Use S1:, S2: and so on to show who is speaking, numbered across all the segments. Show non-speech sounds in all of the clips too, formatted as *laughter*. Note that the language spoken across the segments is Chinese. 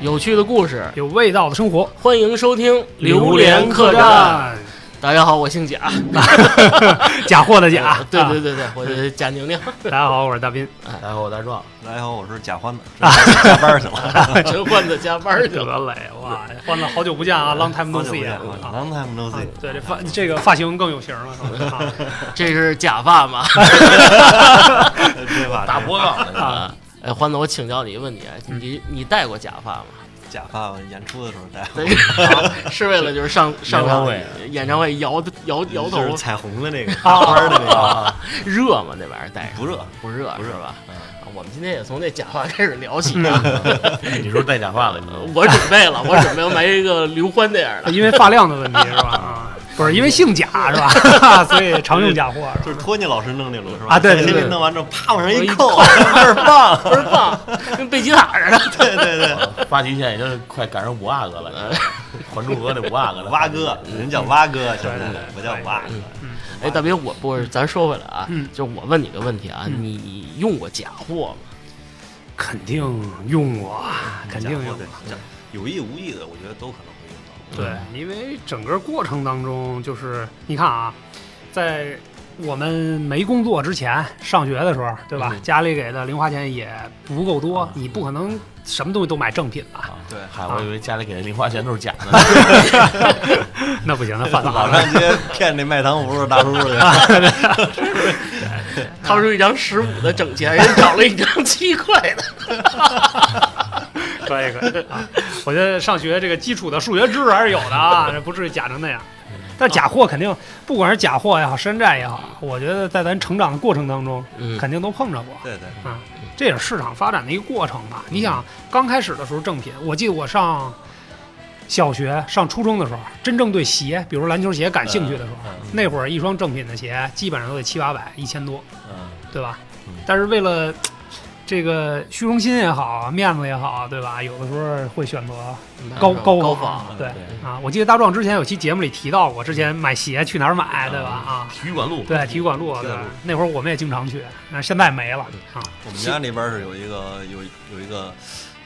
S1: 有趣的故事，
S2: 有味道的生活，
S1: 欢迎收听《榴
S2: 莲
S1: 莲客栈》。，大家好，我姓贾，呃，
S2: 假货的假
S1: 对对对对，我是贾宁宁，
S2: 对，大家好，我是大斌，
S3: 大家好，我大壮。大家好，我是贾欢子，
S2: 啊 *laughs*
S3: 加班去了。
S1: 陈焕子加班去
S2: 得 *laughs*
S1: 了。
S2: 嘞，哇，换了好久不见啊，long time no
S3: 好久不
S2: see
S3: 见
S2: 啊
S3: 啊
S2: 啊，
S3: ，Long time no
S2: 啊
S3: see。
S2: 对，这发这个发型更有型了啊，
S1: 这是假发吗？
S3: 对吧？
S4: 打波浪的，
S1: 啊，哎，欢子，我请教你一个问题，啊，你你戴过假发吗？
S3: 假发演出的时候戴，
S1: 对 *laughs* 是为了就是上上
S4: 演唱
S1: 场
S4: 会
S1: 演唱会摇摇摇头
S3: 就是彩虹的那个
S2: 啊
S3: 花儿的那个，
S1: 热吗？那玩意儿戴上
S3: 不热。
S1: 不热
S3: 不
S1: 是
S3: 热
S1: 吧？
S3: 嗯
S1: 啊我们今天也从这假发开始聊起啊。
S4: *laughs* 你说戴假发了，
S1: 呃
S4: 你
S1: 我准备了，我准备要买一个刘欢那
S2: *laughs*
S1: 样的。
S2: 因为发量的问题是吧？啊，不是因为姓贾是吧？ *laughs* 所以常用假货是吧？
S3: 就是托尼老师弄那种是吧？
S2: 啊对对对
S3: 天天弄完之后，啪往上一
S1: 一
S3: 扣，倍儿棒。
S1: 倍儿棒，跟贝吉塔似的。
S3: *laughs* 对对对，
S4: 发际线已经快赶上五阿哥了， *laughs* 《还珠格格》那五阿哥了，
S3: 蛙哥，人叫蛙哥，现
S2: 对对
S3: 在
S2: 对
S3: 不叫蛙哥。
S1: 哎，大兵，我不是，咱说回来啊，
S2: 嗯
S1: 就是我问你个问题啊，
S2: 嗯
S1: 你用过假货吗？
S2: 肯定用过啊，肯定
S3: 假
S2: 用
S3: 货
S2: 过
S3: 对。，假有意无意的，我觉得都可能会用到。
S2: 对，因为整个过程当中，就是你看啊，在我们没工作之前，上学的时候，对吧？
S1: 嗯
S2: 家里给的零花钱也不够多，
S4: 啊
S2: 你不可能什么东西都买正品吧？
S4: 啊
S3: *laughs* 对
S4: 嗨，我以为家里给的零花钱都是假的，
S2: *laughs* 那不行， *laughs* 那犯法
S3: 老
S2: 了。
S3: 上街骗那卖糖葫芦大叔
S2: *laughs*
S3: 去，
S2: 啊
S1: 掏出一张十五的整钱，人找了一张七块的。
S2: 可以可以啊！我觉得上学这个基础的数学知识还是有的 *laughs* 啊，这不至于假成那样。但假货肯定，不管是假货也好，山寨也好，我觉得在咱成长的过程当中，
S1: 嗯，
S2: 肯定都碰着过。
S3: 对对，
S2: 这也是市场发展的一个过程吧。你想，刚开始的时候正品，我记得我上小学、上初中的时候，真正对鞋，比如篮球鞋感兴趣的时候，
S4: 嗯
S2: 那会儿一双正品的鞋基本上都得七八百、一千多，
S4: 嗯，
S2: 对吧
S4: 嗯？
S2: 但是为了嘖这个虚荣心也好，面子也好，对吧？有的时候会选择高
S1: 高
S2: 嗯高
S1: 仿。
S2: 对
S4: 对
S2: 啊。我记得大壮之前有期节目里提到过，之前买鞋去哪儿买，对吧？啊，
S4: *laughs* 体育馆路，
S2: 对，体育馆路，对吧，那会儿我们也经常去，但是现在没了啊。
S3: 我们家那边是有一个有有一个，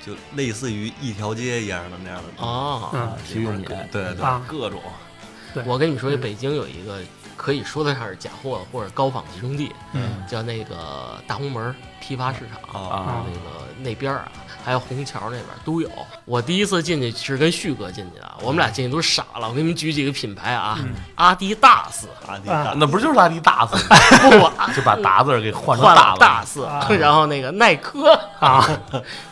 S3: 就类似于一条街一样的那样的东西
S1: 哦，
S2: 嗯，
S4: 体育用品
S3: 对对，
S2: 啊
S3: 各种
S1: 我跟你们说，
S2: 嗯
S1: 北京有一个可以说得上是假货或者高仿集中地，
S2: 嗯
S1: 叫那个大红门批发市场。
S3: 啊，
S4: 啊，
S1: 那个那边儿啊，还有虹桥那边儿都有。我第一次进去是跟旭哥进去的，啊我们俩进去都傻了。我给你们举几个品牌啊，
S2: 嗯
S1: 阿迪达斯， *laughs*
S3: 阿迪达斯
S4: 那不就是拉迪大字吗，
S1: 不啊
S4: 就把达字儿给换成
S1: 换
S4: 大
S1: 了
S4: 了，
S1: 大四
S2: 啊，
S1: *laughs* 然后那个耐克、
S2: 啊。
S1: *laughs*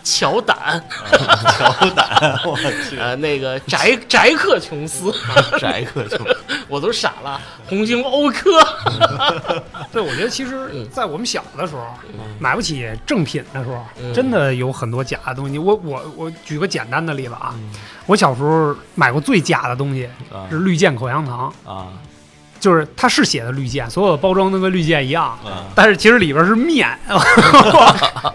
S1: 乔丹，
S3: 乔丹，我去，
S1: 呃，那个宅宅克琼斯，
S4: 宅客 *laughs* 就
S1: 我都傻了。红星欧科，
S2: 对，我觉得其实，
S1: 嗯
S2: 在我们小的时候，
S1: 嗯
S2: 买不起正品的时候，
S1: 嗯
S2: 真的有很多假的东西。我我我举个简单的例子啊，我小时候买过最假的东西
S4: 啊
S2: 是绿箭口香糖，
S4: 啊
S2: 就是它是写的绿箭，所有的包装都跟绿箭一样，
S4: 嗯
S3: 啊，
S2: 但是其实里边是面。
S1: 啊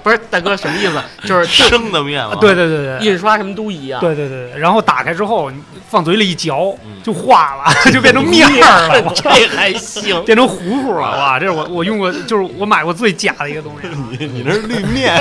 S1: 不是大哥什么意思？就是就
S4: 生的面吗？
S2: 对对对对。
S1: 印刷什么都一样。
S2: 对对对，对然后打开之后，你放嘴里一嚼
S4: 嗯
S2: 就化了，就变成面儿了， *laughs*
S1: *laughs*
S2: 哇
S1: 这还行。
S2: 变成糊糊了，哇！这是我我用过，就是我买过最假的一个东西啊，
S3: 你 *laughs* 你那是绿 *laughs* 面，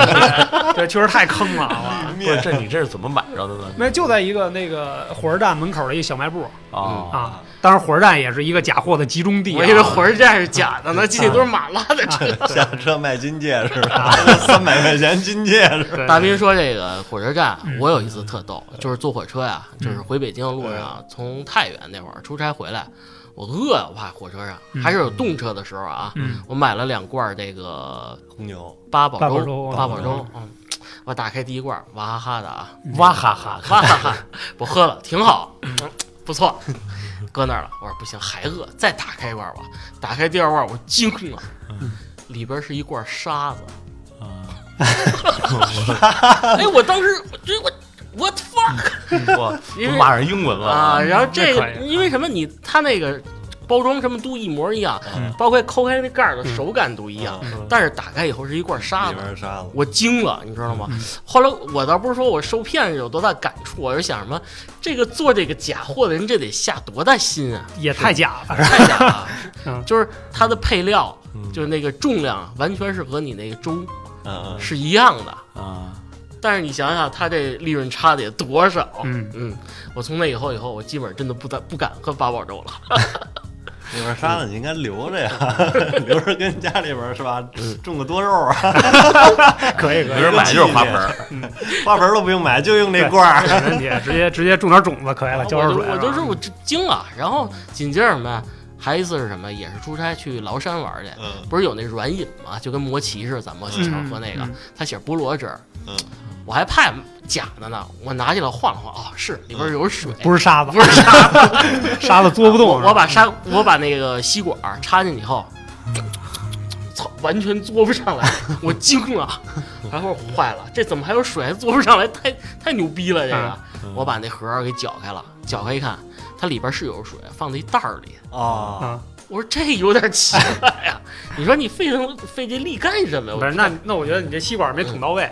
S2: 对，确实太坑了，哇！
S3: 绿
S4: 不是
S3: 面
S4: 这你这是怎么买着的呢？
S2: 没有，就在一个那个火车站门口的一个小卖部
S4: 啊
S2: 啊。当然，火车站也是一个假货的集中地、啊。
S1: 我以为火车站是假的呢，进去都是马拉的车。
S3: 下车卖金戒指， *laughs* 三百块钱金戒指，
S2: 对
S1: 大斌说这个火车站
S2: 嗯，
S1: 我有一次特逗，就是坐火车呀，就是回北京的路
S3: 嗯
S1: 上，从太原那会儿出差回来，我饿呀，我怕火车上
S2: 嗯
S1: 还是有动车的时候啊，
S2: 嗯，
S1: 我买了两罐这个
S3: 红牛，
S1: 八宝
S2: 八宝
S1: 粥，
S2: 粥
S1: 八宝粥，嗯，我打开第一罐，娃哈哈的啊，
S4: 哇哈哈，
S1: 哇哈哈，我喝了，挺好，嗯不错，搁那儿了，我说不行，还饿，再打开一罐吧，打开第二罐，我惊了，里边是一罐沙子。
S4: 啊
S1: *laughs* 哎，我当时我这我 what the fuck
S4: 我
S1: 因为
S4: 我马上英文了
S1: 啊！然后这
S2: 那
S1: 个
S2: 可
S1: 因为什么你它那个包装什么都一模一样，
S4: 嗯
S1: 包括抠开那盖儿的手感都一样，
S4: 嗯
S1: 但是打开以后是一罐沙
S3: 里
S1: 子。
S3: 面是沙子，
S1: 我惊了，你知道吗
S2: 嗯？
S1: 后来我倒不是说我受骗有多大感触，我是想什么，这个做这个假货的人，这得下多大心啊！
S2: 也太假了。
S1: 太假了，
S2: 嗯
S1: 就是它的配料，
S4: 嗯
S1: 就是那个重量，完全是和你那个粥
S3: 嗯嗯，
S1: 是一样的。
S4: 啊
S1: 但是你想想，他这利润差得多少？ *laughs*
S2: 嗯
S1: 我从那以后以后，我基本上真的不敢不敢喝八宝粥了。
S3: 那边沙子你应该留 *laughs* 着呀，留着跟家里边儿是吧，种个多肉啊，
S2: 可以可
S4: 有
S2: 以。
S4: 人买就是花盆儿，
S3: 花盆儿都不用买，就用那罐儿。
S2: 没问题，直接直接种点种子可以了，
S1: 我
S2: 浇点
S1: 就
S2: 水。
S1: 啊
S2: 啊
S1: 我就是我这惊了。然后紧接着什么呀？还一次是什么？也是出差去崂山玩去，
S3: 嗯
S1: 不是有那软饮嘛，就跟魔奇似的，咱们
S2: 嗯
S1: 经常喝那个。
S2: 嗯
S1: 他写菠萝汁儿，
S3: 嗯，
S1: 我还怕假的呢，我拿起来晃了晃，哦，是里边有水，
S2: 不是沙子，
S1: *laughs* 不是沙子，
S2: 沙子嘬不动。啊
S1: 我我把沙我把那个吸管儿插进去以后，操，完全嘬不上来，我惊了，然后坏了，这怎么还有水还嘬不上来？太太牛逼了，这个！
S3: 嗯
S1: 我把那盒儿给搅开了，搅开一看，它里边是有水，放在一袋儿里。
S3: 哦，
S2: 啊，
S1: 我说这有点奇怪呀、你说你费那费这力干什么呀？
S2: 不
S1: 我
S2: 是，那那我觉得你这吸管没捅到位，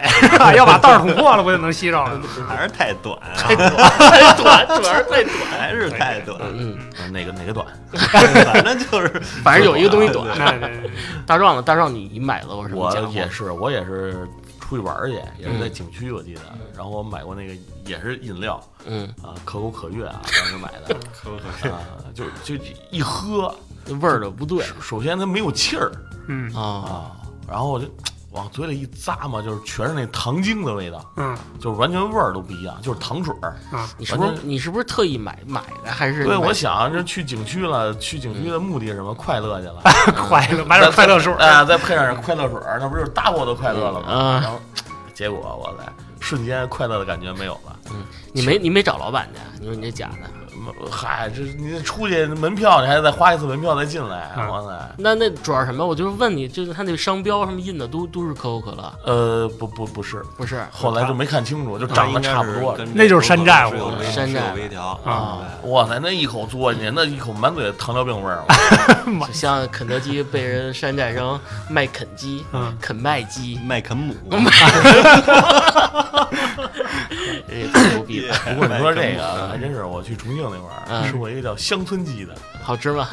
S2: 要把袋儿捅破了，不就能吸上了？
S3: 还是太短啊，
S1: 太短，太短，主要是太短。
S3: 还是太短，
S1: 嗯，
S4: 哪个哪个短？
S3: 反正就是
S1: 反正有一个东西短。
S2: 那那
S1: 大壮呢？大壮，你买了过什么
S4: 嗯我
S1: 家伙？
S4: 也是，我也是出去玩儿去，也是在景区，我记得。然后我买过那个也是饮料
S1: 嗯，
S4: 啊，可口可
S1: *laughs*
S4: 乐啊，当时买的
S3: 可不可
S4: 啊，就就一喝，
S1: 味儿的不对
S4: 首先它没有气儿
S2: 嗯
S1: 啊。
S4: 啊，然后我就往嘴里一咂嘛，就是全是那糖精的味道，
S2: 嗯 *laughs*
S4: 就是完全味儿都不一样，就是糖水儿。
S2: 啊，
S1: 你是不是
S4: 完全
S1: 你是不是特意买买的？还是
S4: 对，
S1: 你买
S4: 我想这去景区了，去景区的目的是什么？快乐去了，
S2: 快乐买点快乐水儿。
S4: 啊，再配上点快乐水儿，那不就是 double 的快乐了吗？
S1: 嗯啊
S4: 然后结果我在瞬间快乐的感觉没有了。
S1: 你没你没找老板去？你说你这假的？
S4: 嗯嗨，这你出去门票，你还得再花一次门票再进来，
S2: 嗯
S4: 哇塞！
S1: 那那主要是什么？我就是问你，就是他那个商标什么印的都都是可口可乐，
S4: 呃，不不不是，
S1: 不是？
S4: 后来就没看清楚，就长得差不多了。
S2: 那就是山寨我
S3: 是有
S1: 山寨
S3: 是有微调
S2: 啊，
S4: 哇塞，那一口嘬进去，那一口满嘴糖尿病
S2: *laughs*
S4: 味儿，
S1: 就像肯德基被人山寨成卖肯基、
S2: 嗯
S1: 肯麦基
S3: 对， *laughs* 麦肯姆，
S4: 哎
S1: 这太牛
S2: *laughs*
S1: 逼了，
S4: 不过你说这
S3: 麦肯
S4: 个
S3: 姆
S4: 还真是，我去重庆那会
S1: 嗯
S4: 儿吃过一个叫乡村鸡的，
S1: 好吃吗？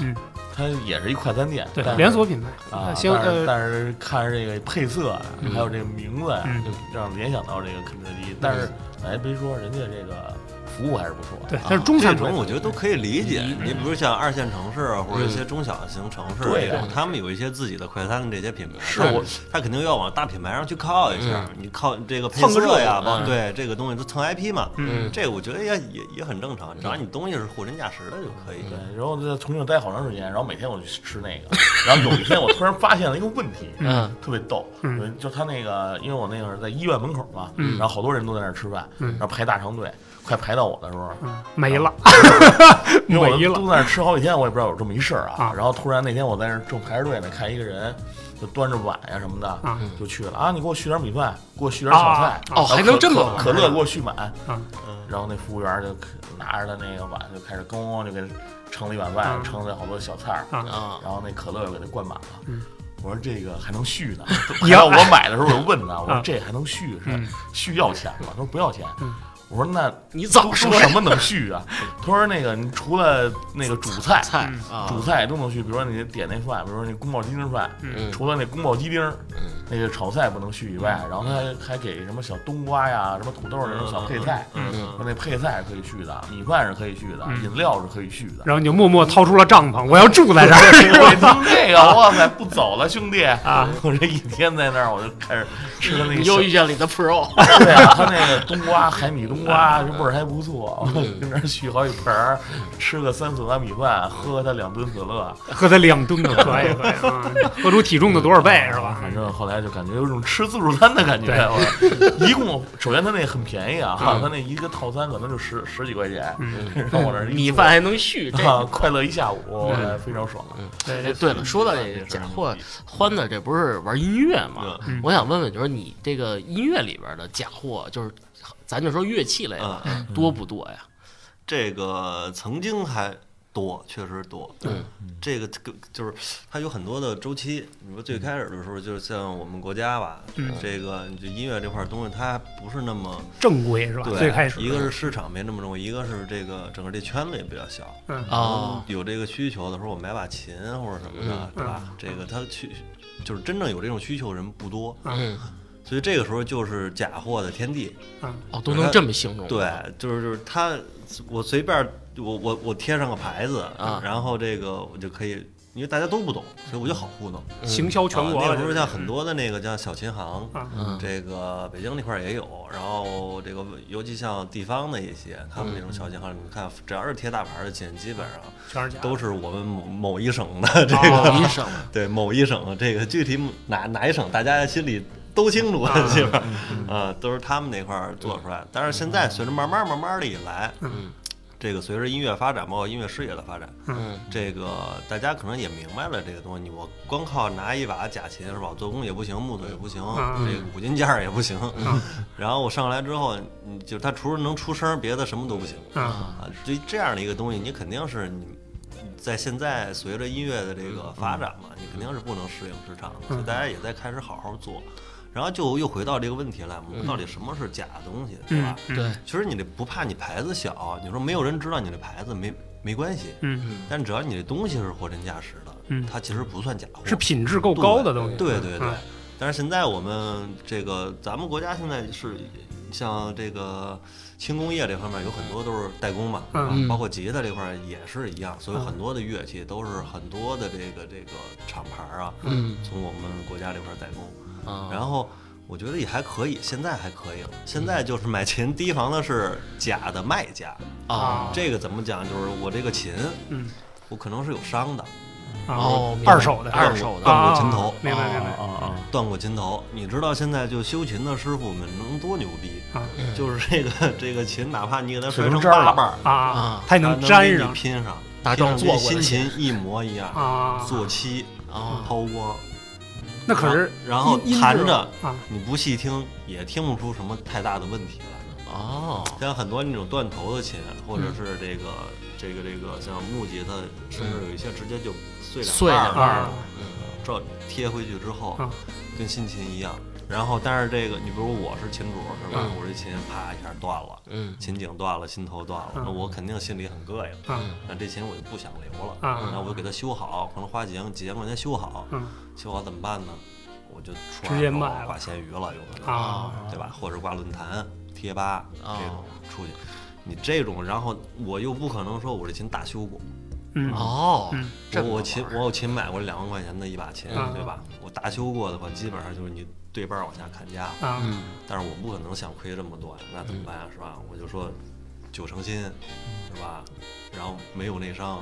S4: 它也是一快餐店，
S2: 对
S4: 但，是
S2: 连锁品牌
S4: 啊，
S2: 行
S4: 但是
S2: 呃，
S4: 但是看着这个配色啊，还有这个名字呀，
S2: 嗯
S4: 就让联想到这个肯德基。但是哎，别说人家这个服务还是不错，
S2: 对，
S3: 啊
S2: 它是中餐
S3: 这
S2: 馆
S3: 种，我觉得都可以理解。
S1: 嗯
S3: 你比如像二线城市啊，或者一些中小型城市
S4: 对
S3: 这种
S4: 的，
S3: 他们有一些自己的快餐的这些品牌，
S4: 是
S3: 他
S4: 我
S3: 他肯定要往大品牌上去靠一下。你靠这个配
S4: 蹭个热
S3: 色呀，
S1: 度
S3: 包
S1: 嗯
S3: 对这个东西都蹭 IP 嘛，
S1: 嗯
S3: 这个我觉得也也也很正常，只要你东西是货真价实的就可以。
S4: 对，然后在重庆待好长时间，然后每天我就去吃
S2: *laughs*
S4: 那个，然后有一天我突然发现了一个问题，
S1: 嗯
S4: 特别逗，
S2: 嗯
S4: 呃就他那个，因为我那会儿在医院门口嘛，
S2: 嗯
S4: 然后好多人都在那儿吃饭，
S2: 嗯
S4: 然后排大长队，快排到我的时候，
S2: 嗯没了，
S4: *laughs* 因为我
S2: 没了
S4: 都在那儿吃好几天，我也不知道有这么一事儿啊
S2: 啊。
S4: 然后突然那天我在那儿正排着队呢，看一个人就端着碗呀什么的
S2: 啊，
S4: 就去了啊，你给我续点米饭，给我续点小菜
S2: 啊，
S1: 哦，还能这么
S4: 可
S1: 玩
S4: 可乐给我续满，
S3: 嗯，
S4: 然后那服务员就拿着他那个碗就开始咣咣就给盛了一碗饭，
S2: 嗯
S4: 盛了好多小菜儿，
S2: 啊
S1: 啊？
S4: 然后那可乐又给他灌满了。
S2: 嗯
S4: 我说这个还能
S2: *laughs*
S4: 续呢，
S2: 你
S4: 然
S2: 要
S4: 后我买的时候我就问他，我说
S2: 啊
S4: 这还能续是
S2: 嗯
S4: 续要钱吗？他说不要钱
S2: 嗯。
S4: 我说那
S1: 你
S4: 都
S1: 早
S4: *laughs* 说
S1: 说
S4: 什
S1: 呀！
S4: 么能续啊？ *laughs* 他说那个你除了那个主菜，
S1: 菜啊，
S4: 主菜都能续，比如说你点那饭，比如说那宫保鸡丁饭，
S1: 嗯
S4: 除了那宫保鸡丁
S1: 嗯
S4: 那个炒菜不能续以外，然后他还还给什么小冬瓜呀、什么土豆那种小配菜，
S3: 嗯
S4: 说那配菜是可以续的，米饭是可以续的，
S2: 嗯
S4: 饮料是可以续的。
S2: *laughs*
S4: *laughs*
S2: 然后你就默默掏出了帐篷，我要住在这儿
S4: 我一听这个，哇塞，不走了，兄弟！
S2: 啊，
S4: 我这一天在那儿，我就开始吃他那个
S1: 你
S4: 小
S1: 又遇见了你的
S4: *laughs*
S1: Pro，
S4: 对啊，他那个冬瓜海米冬瓜这味儿还不错，我
S2: 嗯
S4: *laughs* 跟那儿续好几盆儿，吃个三四碗米饭，喝他两吨可乐，
S2: 喝它两吨的，可以可 *laughs* 以啊，喝出体重的多少倍是吧？
S4: 反正后来就感觉有种吃自助餐的感觉。
S2: 对
S4: 我一共首先他那很便宜啊，
S1: 嗯
S4: 他那一个套餐可能就十十几块钱，
S2: 嗯，
S4: 到我那儿一坐
S1: 米饭还能续，这
S4: 啊， *laughs* 快乐一下午
S2: 嗯，
S4: 非常爽。
S2: 对
S1: 哎
S2: 对
S1: 对了，说到这个假货，欢子这不是玩音乐吗？
S2: 嗯
S1: 我想问问，就是你这个音乐里边的假货，就是咱就说乐器类的，
S3: 嗯，
S1: 多不多呀？
S3: 这个曾经还多，确实多。
S1: 嗯，
S3: 这个这个就是它有很多的周期。你说最开始的时候，就像我们国家吧，
S2: 嗯
S3: 这个就音乐这块东西，它还不是那么
S2: 正规是吧？
S3: 对。
S2: 最开始
S3: 一个是市场没那么重，一个是这个整个这圈子也比较小。
S2: 嗯
S1: 哦，
S3: 有这个需求的时候，我买把琴
S2: 嗯
S3: 或者什么的，对吧？这个他去就是真正有这种需求的人不多。
S1: 嗯
S3: 所以这个时候就是假货的天地。
S1: 哦，都能这么形容，
S3: 嗯
S1: 哦
S3: 对，就是就是他，我随便我我我贴上个牌子
S1: 啊
S3: 然后这个我就可以，因为大家都不懂，所以我就好糊弄。
S1: 嗯
S2: 行销全国
S3: 啊、那
S2: 了
S3: 个时
S2: 这
S3: 候
S2: 是。
S3: 像很多的那个像小琴行，
S2: 啊
S1: 嗯
S3: 这个北京那块儿也有，然后这个尤其像地方的一些，他们那种
S1: 嗯
S3: 小琴行，你看只要是贴大牌儿的琴，基本上
S2: 全是假的啊
S3: 都是我们某某一省的这个，
S1: 哦，一省
S3: *laughs* 对某一省这个具体哪哪一省，大家心里都清楚， *laughs* 基本上啊都是他们那块儿做出来的。但是现在随着慢慢慢慢的以来，
S1: 嗯
S3: 这个随着音乐发展，包括音乐事业的发展，
S1: 嗯
S3: 这个大家可能也明白了这个东西，我光靠拿一把假琴是吧？做工也不行，木头也不行，
S2: 嗯
S3: 这个五金件儿也不行。然后我上来之后，你就它除了能出声儿，别的什么都不行
S2: 啊，
S1: 啊，
S3: 啊。对这样的一个东西，你肯定是你在现在随着音乐的这个发展嘛，你肯定是不能适应市场的，所以大家也在开始好好做。然后就又回到这个问题来，我们到底什么是假东西，
S2: 嗯
S3: 对吧？
S1: 对，
S3: 其实你这不怕你牌子小，你说没有人知道你的牌子没没关系，
S2: 嗯，
S3: 但只要你这东西是货真价实的，
S2: 嗯
S3: 它其实不算假货，
S2: 是品质够高的东西。
S3: 对对对
S2: 嗯。
S3: 但是现在我们这个咱们国家现在是像这个轻工业这方面有很多都是代工嘛，啊
S2: 嗯
S3: 包括吉他这块儿也是一样，所以很多的乐器都是很多的这个这个厂牌儿啊，
S1: 嗯
S3: 从我们国家这块儿代工，
S2: 哦
S1: 啊，
S3: 然后。我觉得也还可以，现在还可以了。现在就是买琴提防的是假的 *laughs* 卖家，
S1: 啊，
S3: 这个怎么讲？就是我这个琴，
S2: 嗯，
S3: 我可能是有伤的，
S2: 啊
S1: 哦明白
S2: 二手的，
S1: 二手的
S3: 断过琴
S2: 啊
S3: 头，
S2: 明白明白。
S4: 啊啊！
S3: 断过琴头。你知道现在就修琴的师傅们能多牛逼？
S2: 啊
S1: 嗯
S3: 就是这个 *laughs* 这个琴，哪怕你给它摔
S4: 水成
S3: 成
S4: 渣儿
S3: 八
S4: 了
S3: 瓣儿，
S2: 啊
S1: 啊，
S2: 它也
S3: 它
S2: 能
S3: 能
S2: 粘
S3: 给你
S2: 上
S3: 拼上，
S1: 大
S3: 拼
S1: 壮
S3: 上
S1: 做过
S3: 跟新
S1: 的
S3: 琴一模一样，
S2: 啊，
S3: 做漆、
S1: 啊，
S3: 抛光。
S2: 那可是
S3: 然后
S2: 音音质
S3: 弹着
S2: 啊，
S3: 你不细听也听不出什么太大的问题来。
S1: 哦，
S3: 像很多那种断头的琴，或
S2: 嗯
S3: 者是这个这个这个像木吉他，甚
S2: 嗯
S3: 至有一些直接就碎两
S1: 碎
S3: 半
S1: 两
S3: 儿
S1: 半
S3: 了
S1: 儿
S2: 啊
S3: 照贴回去之后
S2: 啊，
S3: 跟新琴一样。然后，但是这个，你比如我是琴主是吧？
S1: 嗯
S3: 我这琴啪一下断了，
S1: 嗯
S3: 琴颈断了，琴头断了，
S2: 嗯
S3: 那我肯定心里很膈应。
S2: 啊
S3: 那这琴我就不想留了，
S2: 啊
S3: 然后我就给它修好，可能花几千几千块钱修好，
S2: 嗯
S3: 修好怎么办呢？我就出
S2: 直接
S3: 二手
S2: 卖了
S3: 挂闲鱼了，有可能，
S2: 啊
S3: 对吧？或者挂论坛、贴吧这
S1: 哦
S3: 种出去。你这种，然后我又不可能说我这琴大修过，
S2: 嗯
S1: 哦，这
S3: 我
S1: 么
S3: 我
S1: 玩
S3: 琴
S1: 儿
S3: 我有琴买过两万块钱的一把琴，
S2: 嗯
S3: 对吧？我大修过的话，基本上就是你对半儿往下砍价。
S2: 啊
S1: 嗯
S3: 但是我不可能想亏这么多呀，那怎么办啊呀？是吧？我就说九成新，是吧？然后没有内伤，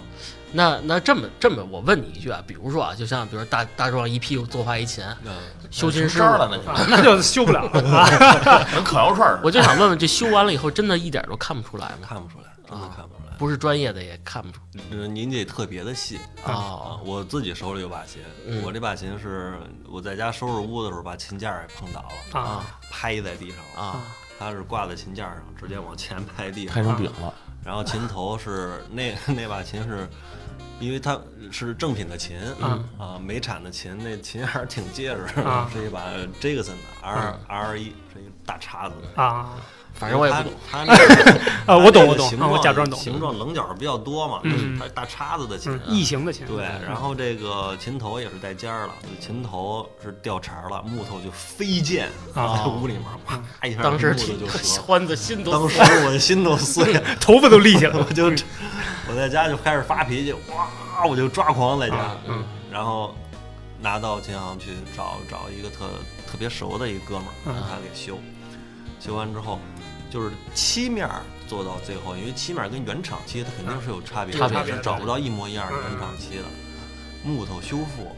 S1: 那那这么这么，我问你一句啊，比如说啊，就像比如大大壮一屁股坐坏一琴，
S3: 那
S1: 修琴师
S4: 成渣儿了那
S2: 啊，那就修不了
S4: *laughs*
S2: 了啊。
S4: 就跟烤羊肉串儿似
S1: 我就想问问，这修完了以后真的一点儿都看不出来吗？
S3: 看不出来，真
S1: 啊
S3: 的看不出来。
S1: 不是专业的也看不出
S3: 呃您得特别的细啊
S1: 啊！！
S3: 我自己手里有把琴，
S1: 嗯
S3: 我这把琴是我在家收拾屋的时候把琴架儿给碰倒了，
S2: 啊
S3: 拍在地上了。
S1: 啊
S3: 它是挂在琴架儿上，直接往前拍地
S4: 的，
S3: 上。
S4: 拍成饼了。
S3: 然后琴头是那 *laughs* 那把琴是，因为它是正品的琴，
S2: 嗯
S3: 啊，美产的琴，那琴还是挺结实，
S2: 啊
S3: 是一把 Jackson 的 R R 一，是一大叉子。
S2: 啊
S1: 反正我也不
S3: 它
S1: 懂。
S3: 它那个
S2: *laughs* 啊！我懂
S3: 它那个
S2: 我懂
S3: 形，
S2: 啊
S3: 状
S2: 我假装懂。
S3: 形状棱角比较多嘛，
S2: 嗯
S3: 它是大叉子的琴啊
S2: 嗯，，异形的钱。
S3: 对，然后这个琴头也是带尖儿了，琴头是掉茬儿了，木头就飞溅
S2: 啊
S3: *laughs* 在屋里面，啪一下，
S1: 当时
S3: 木头
S1: 挺
S3: 就折了。
S1: 欢子心
S3: 当
S1: 都
S3: 时我的心都碎了，
S2: 头发都立起来了
S3: *laughs* 我就我在家就开始发脾气，哇，我就抓狂在家，
S2: 嗯
S3: 然后拿到琴行去找找一个特特别熟的一哥们儿，让他给修，修完之后就是漆面儿做到最后，因为漆面儿跟原厂漆它肯定是有差别，
S1: 差别的
S3: 是找不到一模一样的原厂漆的，木头修复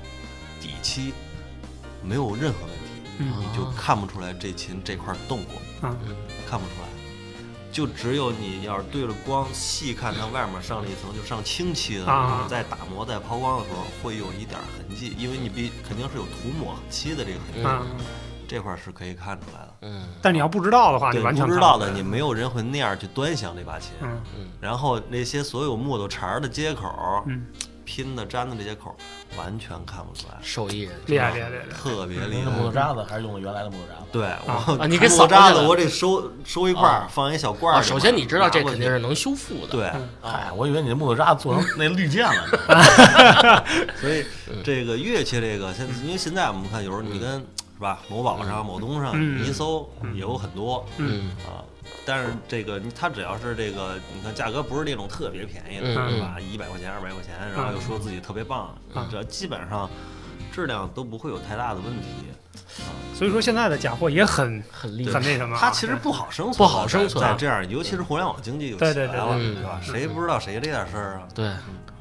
S3: 底漆没有任何问题，
S2: 嗯
S3: 你
S1: 啊
S3: 就看不出来这琴这块儿动过。
S2: 啊
S3: 看不出来，就只有你要是对了光细看，它外面上了一层就上清漆的时候，
S2: 啊
S3: 在打磨在抛光的时候会有一点痕迹，因为你必肯定是有涂抹漆的这个痕迹，
S2: 啊！
S3: 这块儿是可以看出来的。
S1: 嗯
S2: 但你要不知道的话，你
S3: 对，
S2: 完全
S3: 不知
S2: 看
S3: 道
S2: 出
S3: 的
S2: 来
S3: 你没有人会那样去端详这把琴，
S2: 嗯
S3: 然后那些所有木头茬儿的接口儿、
S2: 嗯，
S3: 拼的粘的这些口儿，完全看不出来，
S1: 手艺人
S2: 厉害厉害厉害厉害！
S3: 特别厉
S4: 用
S3: 害
S4: 的。木头渣子还是用的原来的木头渣子？
S3: 对我，
S1: 嗯啊你给扫
S3: 木渣
S1: 下
S3: 子，
S1: 来
S3: 我得收收一块儿，放一小罐儿
S1: 啊！
S3: 里面。
S1: 首先你知道这
S3: 拿过
S1: 肯
S3: 去
S1: 定是能修复的，
S3: 对，
S4: 哎，我以为你的木头渣子做成那绿啊箭了呢。
S1: 嗯
S3: 所以这个乐器这个，现因为现在我们看有时候你跟是吧？某宝上、某东上，
S2: 嗯
S3: 你一搜也有很多
S1: 嗯
S3: 啊。但是这个你它只要是这个，你看价格不是那种特别便宜的，
S1: 嗯
S3: 是吧？一百块钱、二百块钱，然后又说自己特别棒
S2: 嗯，
S3: 这基本上质量都不会有太大的问题。
S2: 所以说现在的假货也很
S1: 很厉
S2: 很
S1: 害，
S2: 那什么啊。
S3: 它其实不好生存，
S1: 嗯不好生存嗯
S3: 在在这样，尤其是互联网经济又起
S2: 对对
S3: 来了，
S1: 对对嗯
S3: 对吧？谁不知道谁这点
S1: *laughs*
S3: 事儿啊？
S1: 对，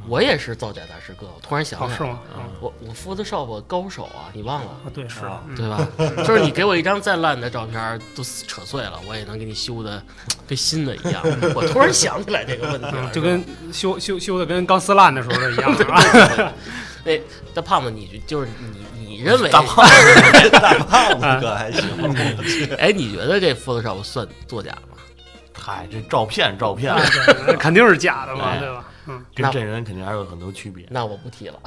S1: 我也是造假大师哥。我突然想
S2: 哦
S1: 起
S2: 是
S1: 来了，
S2: 吗？嗯
S1: 我我 Photoshop 高手啊，你忘了？
S2: 啊对是
S3: 是吧
S2: 嗯
S1: 对吧？就是你给我一张再烂的照片，都撕扯碎了，我也能给你修的跟新的一样。我突然想起来这个问题了，
S2: 嗯，就跟修修修的跟钢丝烂的时候是一样啊的，是吧？
S1: 哎那大胖子，你就是你你认为，
S3: 大胖子，大胖
S1: 啊
S3: 子
S1: *laughs*
S3: 哥还行，
S1: 哎，你觉得这 Photoshop 算作假吗？
S4: 嗨，这照片照片
S2: 啊对肯定是假的嘛，
S1: 哎
S2: 对吧？嗯，
S1: 那
S4: 跟真人肯定还是有很多区
S2: *laughs*
S4: 别。
S1: 那我不提了。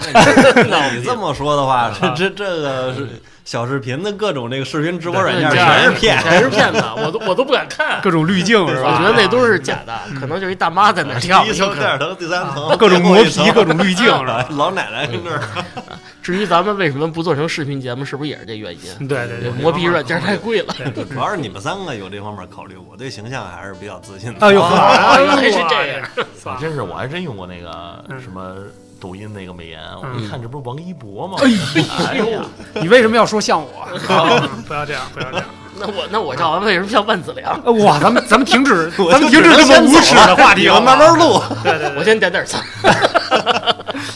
S3: 那你这么说的话，这这这个是小视频的各种这个视频直播软件
S1: 这
S3: 全是骗
S1: 全是骗子，我都我都不敢看。
S2: 各种滤镜
S1: 我
S2: 是吧？
S1: 觉得那都是假的，可能就是一大妈在那儿跳
S3: 第一
S1: 就
S3: 层、
S1: 可
S3: 第二
S1: 能。
S3: 层、第三层，
S2: 啊各种磨皮
S3: 最后一层
S2: 各种滤镜
S3: *laughs*
S2: 啊是吧
S3: 啊老奶奶跟那儿
S1: 至于咱们为什么不做成视频节目，是不是也是这原因？
S2: 嗯对对对，哦
S1: 磨皮软件太贵
S2: 嗯
S1: 了。
S3: 主要是你们三个有这方面考虑，我对形象啊还是比较自信的。
S2: 哎呦，
S1: 啊
S2: 哎呦
S1: 原来是
S2: 我
S1: 这样
S4: 还真是，我还真用过那个
S2: 啊嗯
S4: 什么抖音那个美颜，我
S2: 嗯
S4: 一看这不是王一博吗？
S2: 哎呦，你为什么要说像我？啊不要这样，不要这样。
S1: 那我那我照完为什么像万梓良？
S2: 呃哇，咱们咱们停 *laughs* 止，
S3: 我
S2: 咱们停止这么无耻的话题
S3: 我
S2: 好
S3: 们
S2: 吗
S3: 慢慢录。
S2: 对对
S1: 我
S2: 对，
S1: 先点点菜。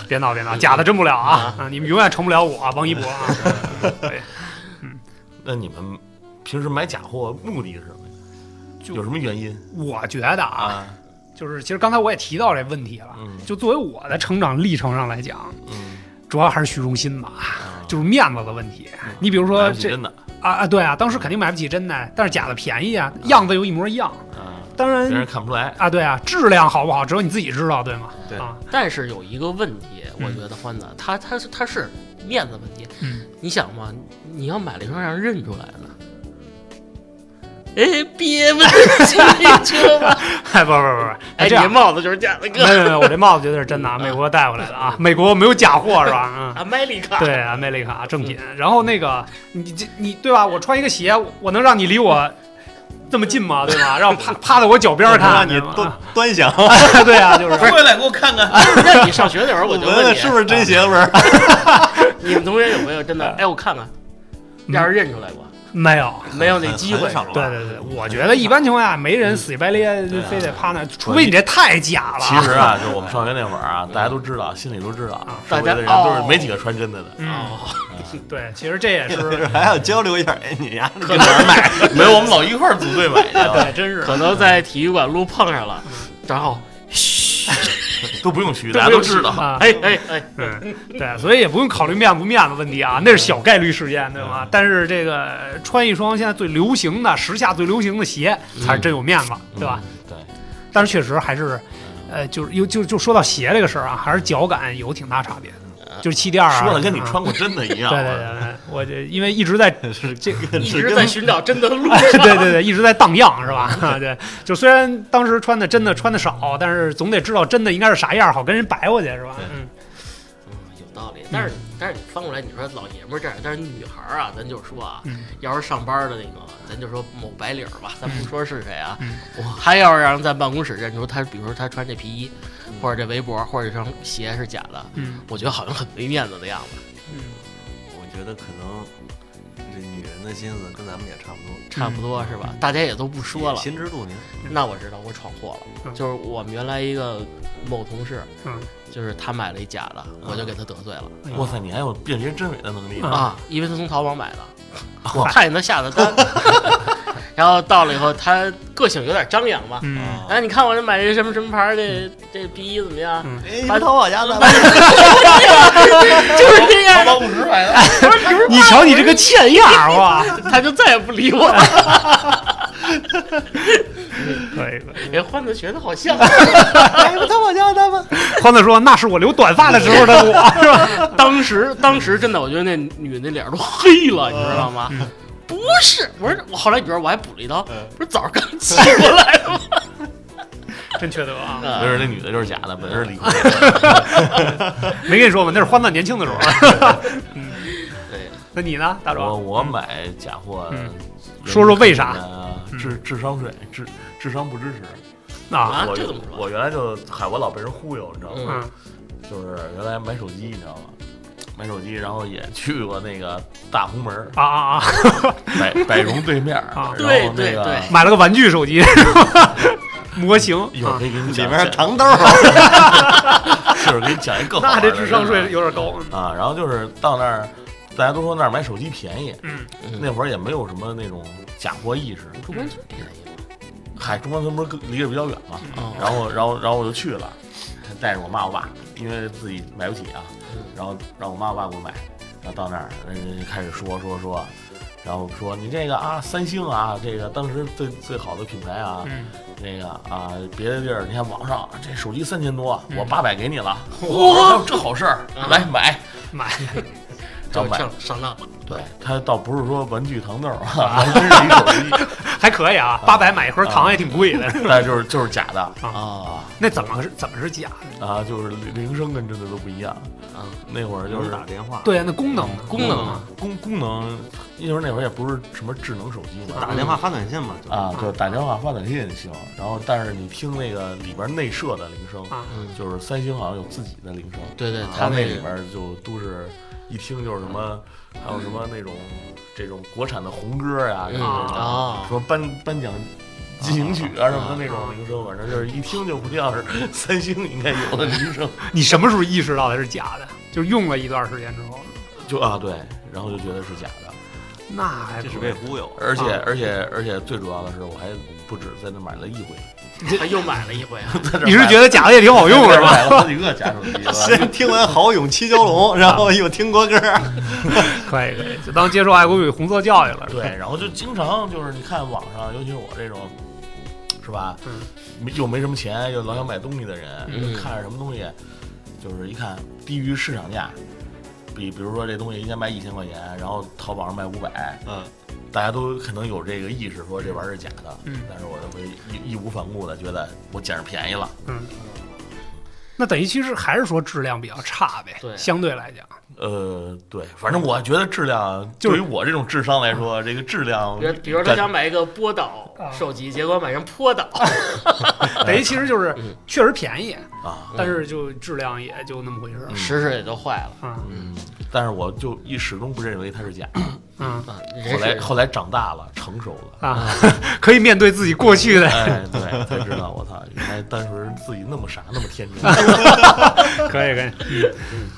S2: 别闹别闹，假的真不了啊！啊，你们永远成不了我啊，王一博啊！
S4: *laughs* 那你们平时买假货目的是什么呀？
S2: 就
S4: 有什么原因
S2: 我觉得啊，
S4: 啊？
S2: 就是其实刚才我也提到这问题了，
S4: 嗯
S2: 就作为我的成长历程上来讲，
S4: 嗯，
S2: 主要还是虚荣心吧，就是面子的问题。你比如
S4: 买
S2: 说
S4: 不起
S2: 这
S4: 真的
S2: 啊啊，对啊，当时肯定买不起真的，但是假的便宜啊，样子又一模一样。
S4: 啊，
S2: 当
S4: 别
S2: 然
S4: 人看不出来。
S2: 啊，对啊，质量好不好只有你自己知道，对吗？
S3: 对
S2: 啊，
S1: 但是有一个问题，我觉得欢子，他他是他是面子问题。
S2: 嗯
S1: 你想嘛，你要买了一双让人认出来的，
S2: 嗯
S1: 哎，别问进去吧。
S2: *laughs* *laughs* 哎，不不不不，
S1: 哎，你
S2: 这
S1: 这
S2: 样，
S1: 帽子就是假的，
S2: 没
S1: 哥。
S2: 有没有，我这帽子绝对是真的，啊，美国带回来的啊，美国没有假货是吧？嗯。
S1: 啊，麦丽 *laughs* 卡。
S2: 对，阿梅丽卡正品。然后那个，你这你对吧？我穿一个鞋，我我能让你离我这么近吗？对吧？让我趴趴在我脚边儿看，
S3: 让你
S2: 对
S3: 端
S2: 吧
S3: 端详，
S2: 对啊，就是
S3: *laughs*
S4: 回来给我看看，
S1: 那你上学那会儿我
S3: 我
S1: 就
S3: 闻
S1: 问
S3: 闻
S1: 你，
S3: 是不是真邪味儿？
S1: 你们同学有没有真
S2: 嗯
S1: 的？哎，我看看，让人认出来过，
S2: 没有。
S1: 没有那机会
S3: 很。少吧
S2: 对对对，我觉得一般情况下没人死乞白咧
S3: 对啊
S2: 非得趴那儿，除非你这太假了。嗯
S4: 其实啊，就是我们上学那会儿啊，大家都知道，心里都知
S2: 啊
S4: 道，周围的人
S1: 大家
S4: 都是
S1: 哦
S4: 没几个穿真的的。
S2: 嗯，
S1: 哦，
S2: 对，其实这也
S3: *laughs*
S2: 是
S3: 还要交流一下，哎，你呀，
S4: 跟哪儿买？没有，我们老一块儿组队买去，
S2: 对，真是嗯
S1: 可能在体育馆路碰上了，然后，
S4: 都不用虚，大家都知道。
S2: 啊。
S1: 哎哎哎，
S2: 嗯， *laughs* 对，所以也不用考虑面不面子问题啊，那是小概率事件，对
S4: 嗯
S2: 吧？但是这个穿一双现在最流行的、时下最流行的鞋，才是真有面子，对吧？
S4: 嗯对，
S2: 但是确实还是，呃，就是又就就说到鞋这个事儿啊，还是脚感有挺大差别的，就是气垫儿啊，
S4: 呃说的跟你
S2: 啊
S4: 穿过真的一样。
S2: 对对对，对我这因为一直在
S4: *laughs*
S3: 是
S2: 这个
S1: 一直在寻找真的路。
S2: *laughs* 对对对，一直在荡漾是吧？ *laughs* 对，就虽然当时穿的真的穿的少，但是总得知道真的应该是啥样，好跟人白活去是吧？
S3: 对
S2: 嗯，
S1: 嗯有道理，但是但是你翻过来，你说老爷们儿这样，但是女孩儿啊，咱就说啊，
S2: 嗯
S1: 要是上班的那个，咱就说某白领儿吧，咱不说是谁啊，
S2: 嗯
S1: 我还要是让人在办公室认出他，比如说他穿这皮衣，或者这围脖，或者这双鞋是假的，
S2: 嗯
S1: 我觉得好像很没面子的样子，
S2: 嗯，
S3: 我觉得可能这女人的心思跟咱们也差不多，
S1: 差
S2: 嗯
S1: 不多是吧？大家也都不说了。
S3: 心知肚明。
S1: 那我知道我闯祸了，
S2: 嗯
S1: 就是我们原来一个某同事，
S2: 嗯，
S1: 就是他买了一假的，我就给他得罪了
S4: 哇塞，你还有辨别真伪的能力
S2: 嗯
S4: 呢！
S1: 啊，因为他从淘宝 *laughs* 买的，我看见他下的单， *laughs* 然后到了以后，他个性有点张扬嘛，
S3: 啊
S2: 嗯，
S1: 哎，你看我这买这什么什么牌儿的这皮衣怎么样？
S2: 嗯
S3: 哎，你们淘宝
S1: *laughs*
S3: 家的吧，
S1: 就是这样，
S4: 五十买的，
S2: 你瞧你这个欠样儿哇，
S1: *laughs* 他就再也不理我了。
S2: 可以可以。
S1: 哎，欢子学的好像，
S2: 嗯
S3: 哎，你们淘宝家的吧。
S2: 欢子说：“那是我留短发的时候的我，是吧？
S1: *laughs* 当时当时真的，我觉得那女的那脸都黑了，
S3: 嗯
S1: 你知道吗？不是，我说我后来你知道我还补了一刀，
S3: 嗯
S1: 不是早上刚寄过 *laughs* 来的吗？
S2: *laughs* 真缺德啊！
S4: 没准那女的就是假的，本身是离婚。
S2: 嗯没跟你说吗？那是欢子年轻的时候。
S1: 对，
S2: 嗯那你呢，大
S4: 我
S2: 壮？
S4: 我买假货，
S2: 嗯说说为啥？
S4: 啊
S2: 嗯
S4: 智智商税，智智商不支持。
S2: 啊，
S1: 啊
S4: 我
S1: 这怎么说
S4: 我原来就嗨，我老被人忽悠，你知道吗？
S2: 嗯
S4: 就是原来买手机，你知道吗？买手机，然后也去过那个大红门儿
S2: 啊啊啊！
S4: 百百荣对面儿，然
S2: 啊
S4: 后
S1: 对
S4: 那
S1: 对
S4: 个
S1: 对
S2: 买了个玩具手 *laughs* 机，模型
S4: 一会儿
S2: 啊
S4: 可以给
S3: *laughs*
S4: 你
S3: 里
S4: 讲
S3: 面是
S4: 讲
S3: 糖豆儿，啊
S4: 一会儿给你讲一更好玩
S2: 那
S4: *laughs* 儿
S2: 这
S4: 的
S2: 智商税有点高。
S4: 啊。然后就是到那儿，大家都说那儿买手机便宜，
S2: 嗯，
S1: 嗯
S4: 那会儿也没有什么那种假货意识。
S1: 中关村便宜
S4: 嗨，中关村不是离着比较远嘛，
S1: 哦
S4: 然后然后然后我就去了，带着我妈我爸，因为自己买不起啊，然后让我妈我爸给我买，然后到那儿人家就开始说说说，然后说你这个啊三星啊，这个当时最最好的品牌啊，
S2: 嗯
S4: 那个啊别的地儿你看网上啊这手机三千多，啊我八百给你了，我
S1: 哇
S4: 说这好事儿，来买。
S2: 买
S4: *laughs* 然
S1: 就
S4: 后买，
S1: 上上当了，
S4: 对他倒不是说玩具糖豆儿啊，还真是一手机， *laughs*
S2: 还可以啊，八百买一盒糖也挺贵的。
S4: 但就是就是假的啊
S2: 那怎么是怎么是假的？
S4: 啊，就是铃声跟真的都不一样。
S1: 啊，
S4: 那会儿就
S3: 就是是打电话，
S2: 对啊，那功能呢？
S1: 功能啊，
S4: 功功能，因为那会儿也不是什么智能手机嘛，
S3: 打电话发短信嘛，就是
S4: 啊，就打电话发短信也行。然后，但是你听那个里边内设的铃声，
S2: 啊
S1: 嗯，
S4: 就是三星好像有自己的铃声，
S1: 对对，他
S4: 它啊那
S1: 个
S4: 里边就都是一听就是什么，还有什么那种这种国产的红歌呀，
S1: 嗯
S4: 什么
S1: 啊
S4: 什，么颁颁奖。进行曲啊什么的那种铃声，反正就是一听就不像是 *laughs* 三星应该有的铃声，
S2: 你什么时候意识到它是假的？就是用了一段时间之后，
S4: 就 *laughs* 啊对，然后就觉得是假的，
S2: 那还
S3: 这
S2: 不
S3: 是被忽悠。
S4: 而且
S2: 啊
S4: 而且而且最主要的是，我还不止在那买了一回，
S1: 他又买了一回 *laughs* 啊，
S4: 在这儿
S2: 你是
S4: 买
S2: 觉得假的也挺好用是吧？
S4: 买了好几个假手 *laughs* 机，
S3: 先听完好勇七蛟龙，然后又听国歌，
S2: *laughs* 可以可以，就当接受爱国主义红色教 *laughs* 育了。是吧
S4: 对，，然后就经常就是你看网上，尤其是我这种，是吧？
S2: 嗯
S4: 没又没什么钱，又老想买东西的人，
S1: 嗯
S4: 就看着什么东西，就是一看低于市场价，比比如说这东西应该卖一千块钱，然后淘宝上卖五百，
S3: 嗯，
S4: 大家都可能有这个意识，说这玩意儿是假的，
S2: 嗯
S4: 但是我就会义义无反顾的觉得我捡着便宜了。
S2: 嗯。那等于其实还是说质量比较差呗，
S1: 对
S2: 相对来讲，
S3: *laughs*
S4: 呃，对，反正我觉得质量，
S2: 就是
S4: 对于我这种智商来说，这个质量
S1: 比如比如他
S4: 感
S1: 想买一个波导
S2: 啊
S1: 手机，结果买成坡导，
S2: 等于其实就是
S1: 嗯
S2: 确实便宜，
S3: 嗯
S4: 啊，
S2: 但是就质量也就那么回事儿
S4: 嗯
S1: 石石也就坏了
S2: 啊
S4: 嗯，但是我就一始终不认为它是假的。
S2: 嗯
S1: 啊，
S4: 后
S1: 人
S4: 来
S1: 是
S4: 后来长大了，成熟了，
S3: 嗯
S2: 啊， *laughs* 可以面对自己过去的，
S3: *laughs*
S4: 哎，对，才知道我操，原来当时自己那么傻，那么天 *laughs* 真。
S2: 可以可以，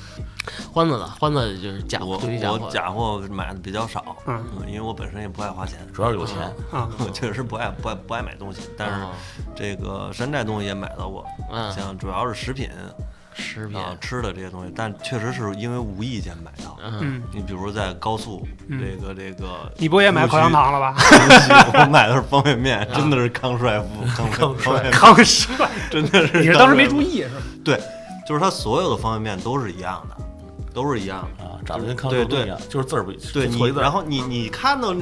S3: *laughs*
S1: 欢子的，欢子就是假
S3: 我
S1: 货，对于假
S3: 我
S1: 货，
S3: 假货买的比较少，
S2: 嗯
S3: 嗯，因为我本身也不爱花钱，
S4: 主要是有钱，
S2: 啊
S3: 我确实不爱不爱不爱买东西，但是
S1: 啊
S3: 这个山寨东西也买到过，
S1: 嗯
S3: 像主要是食品
S1: 食品，
S3: 啊吃的这些东西，但确实是因为无意间买到。
S1: 嗯，
S2: 嗯，
S3: 你比如在高速，
S2: 嗯
S3: 这个这个，
S2: 你不也买口香糖了吧？
S3: 我买的是方便面，真的是康帅傅，康康帅傅，
S2: 康帅，
S3: 真的 *laughs* 是。
S2: 你是当时没注？意是吧？
S3: 对，就是它所有的方便面都是一样的，都是一样的。
S4: 啊，长得跟康熙一样，就是字儿不
S3: 对
S4: 就
S3: 你
S4: 错一，字儿。
S3: 然后你你看到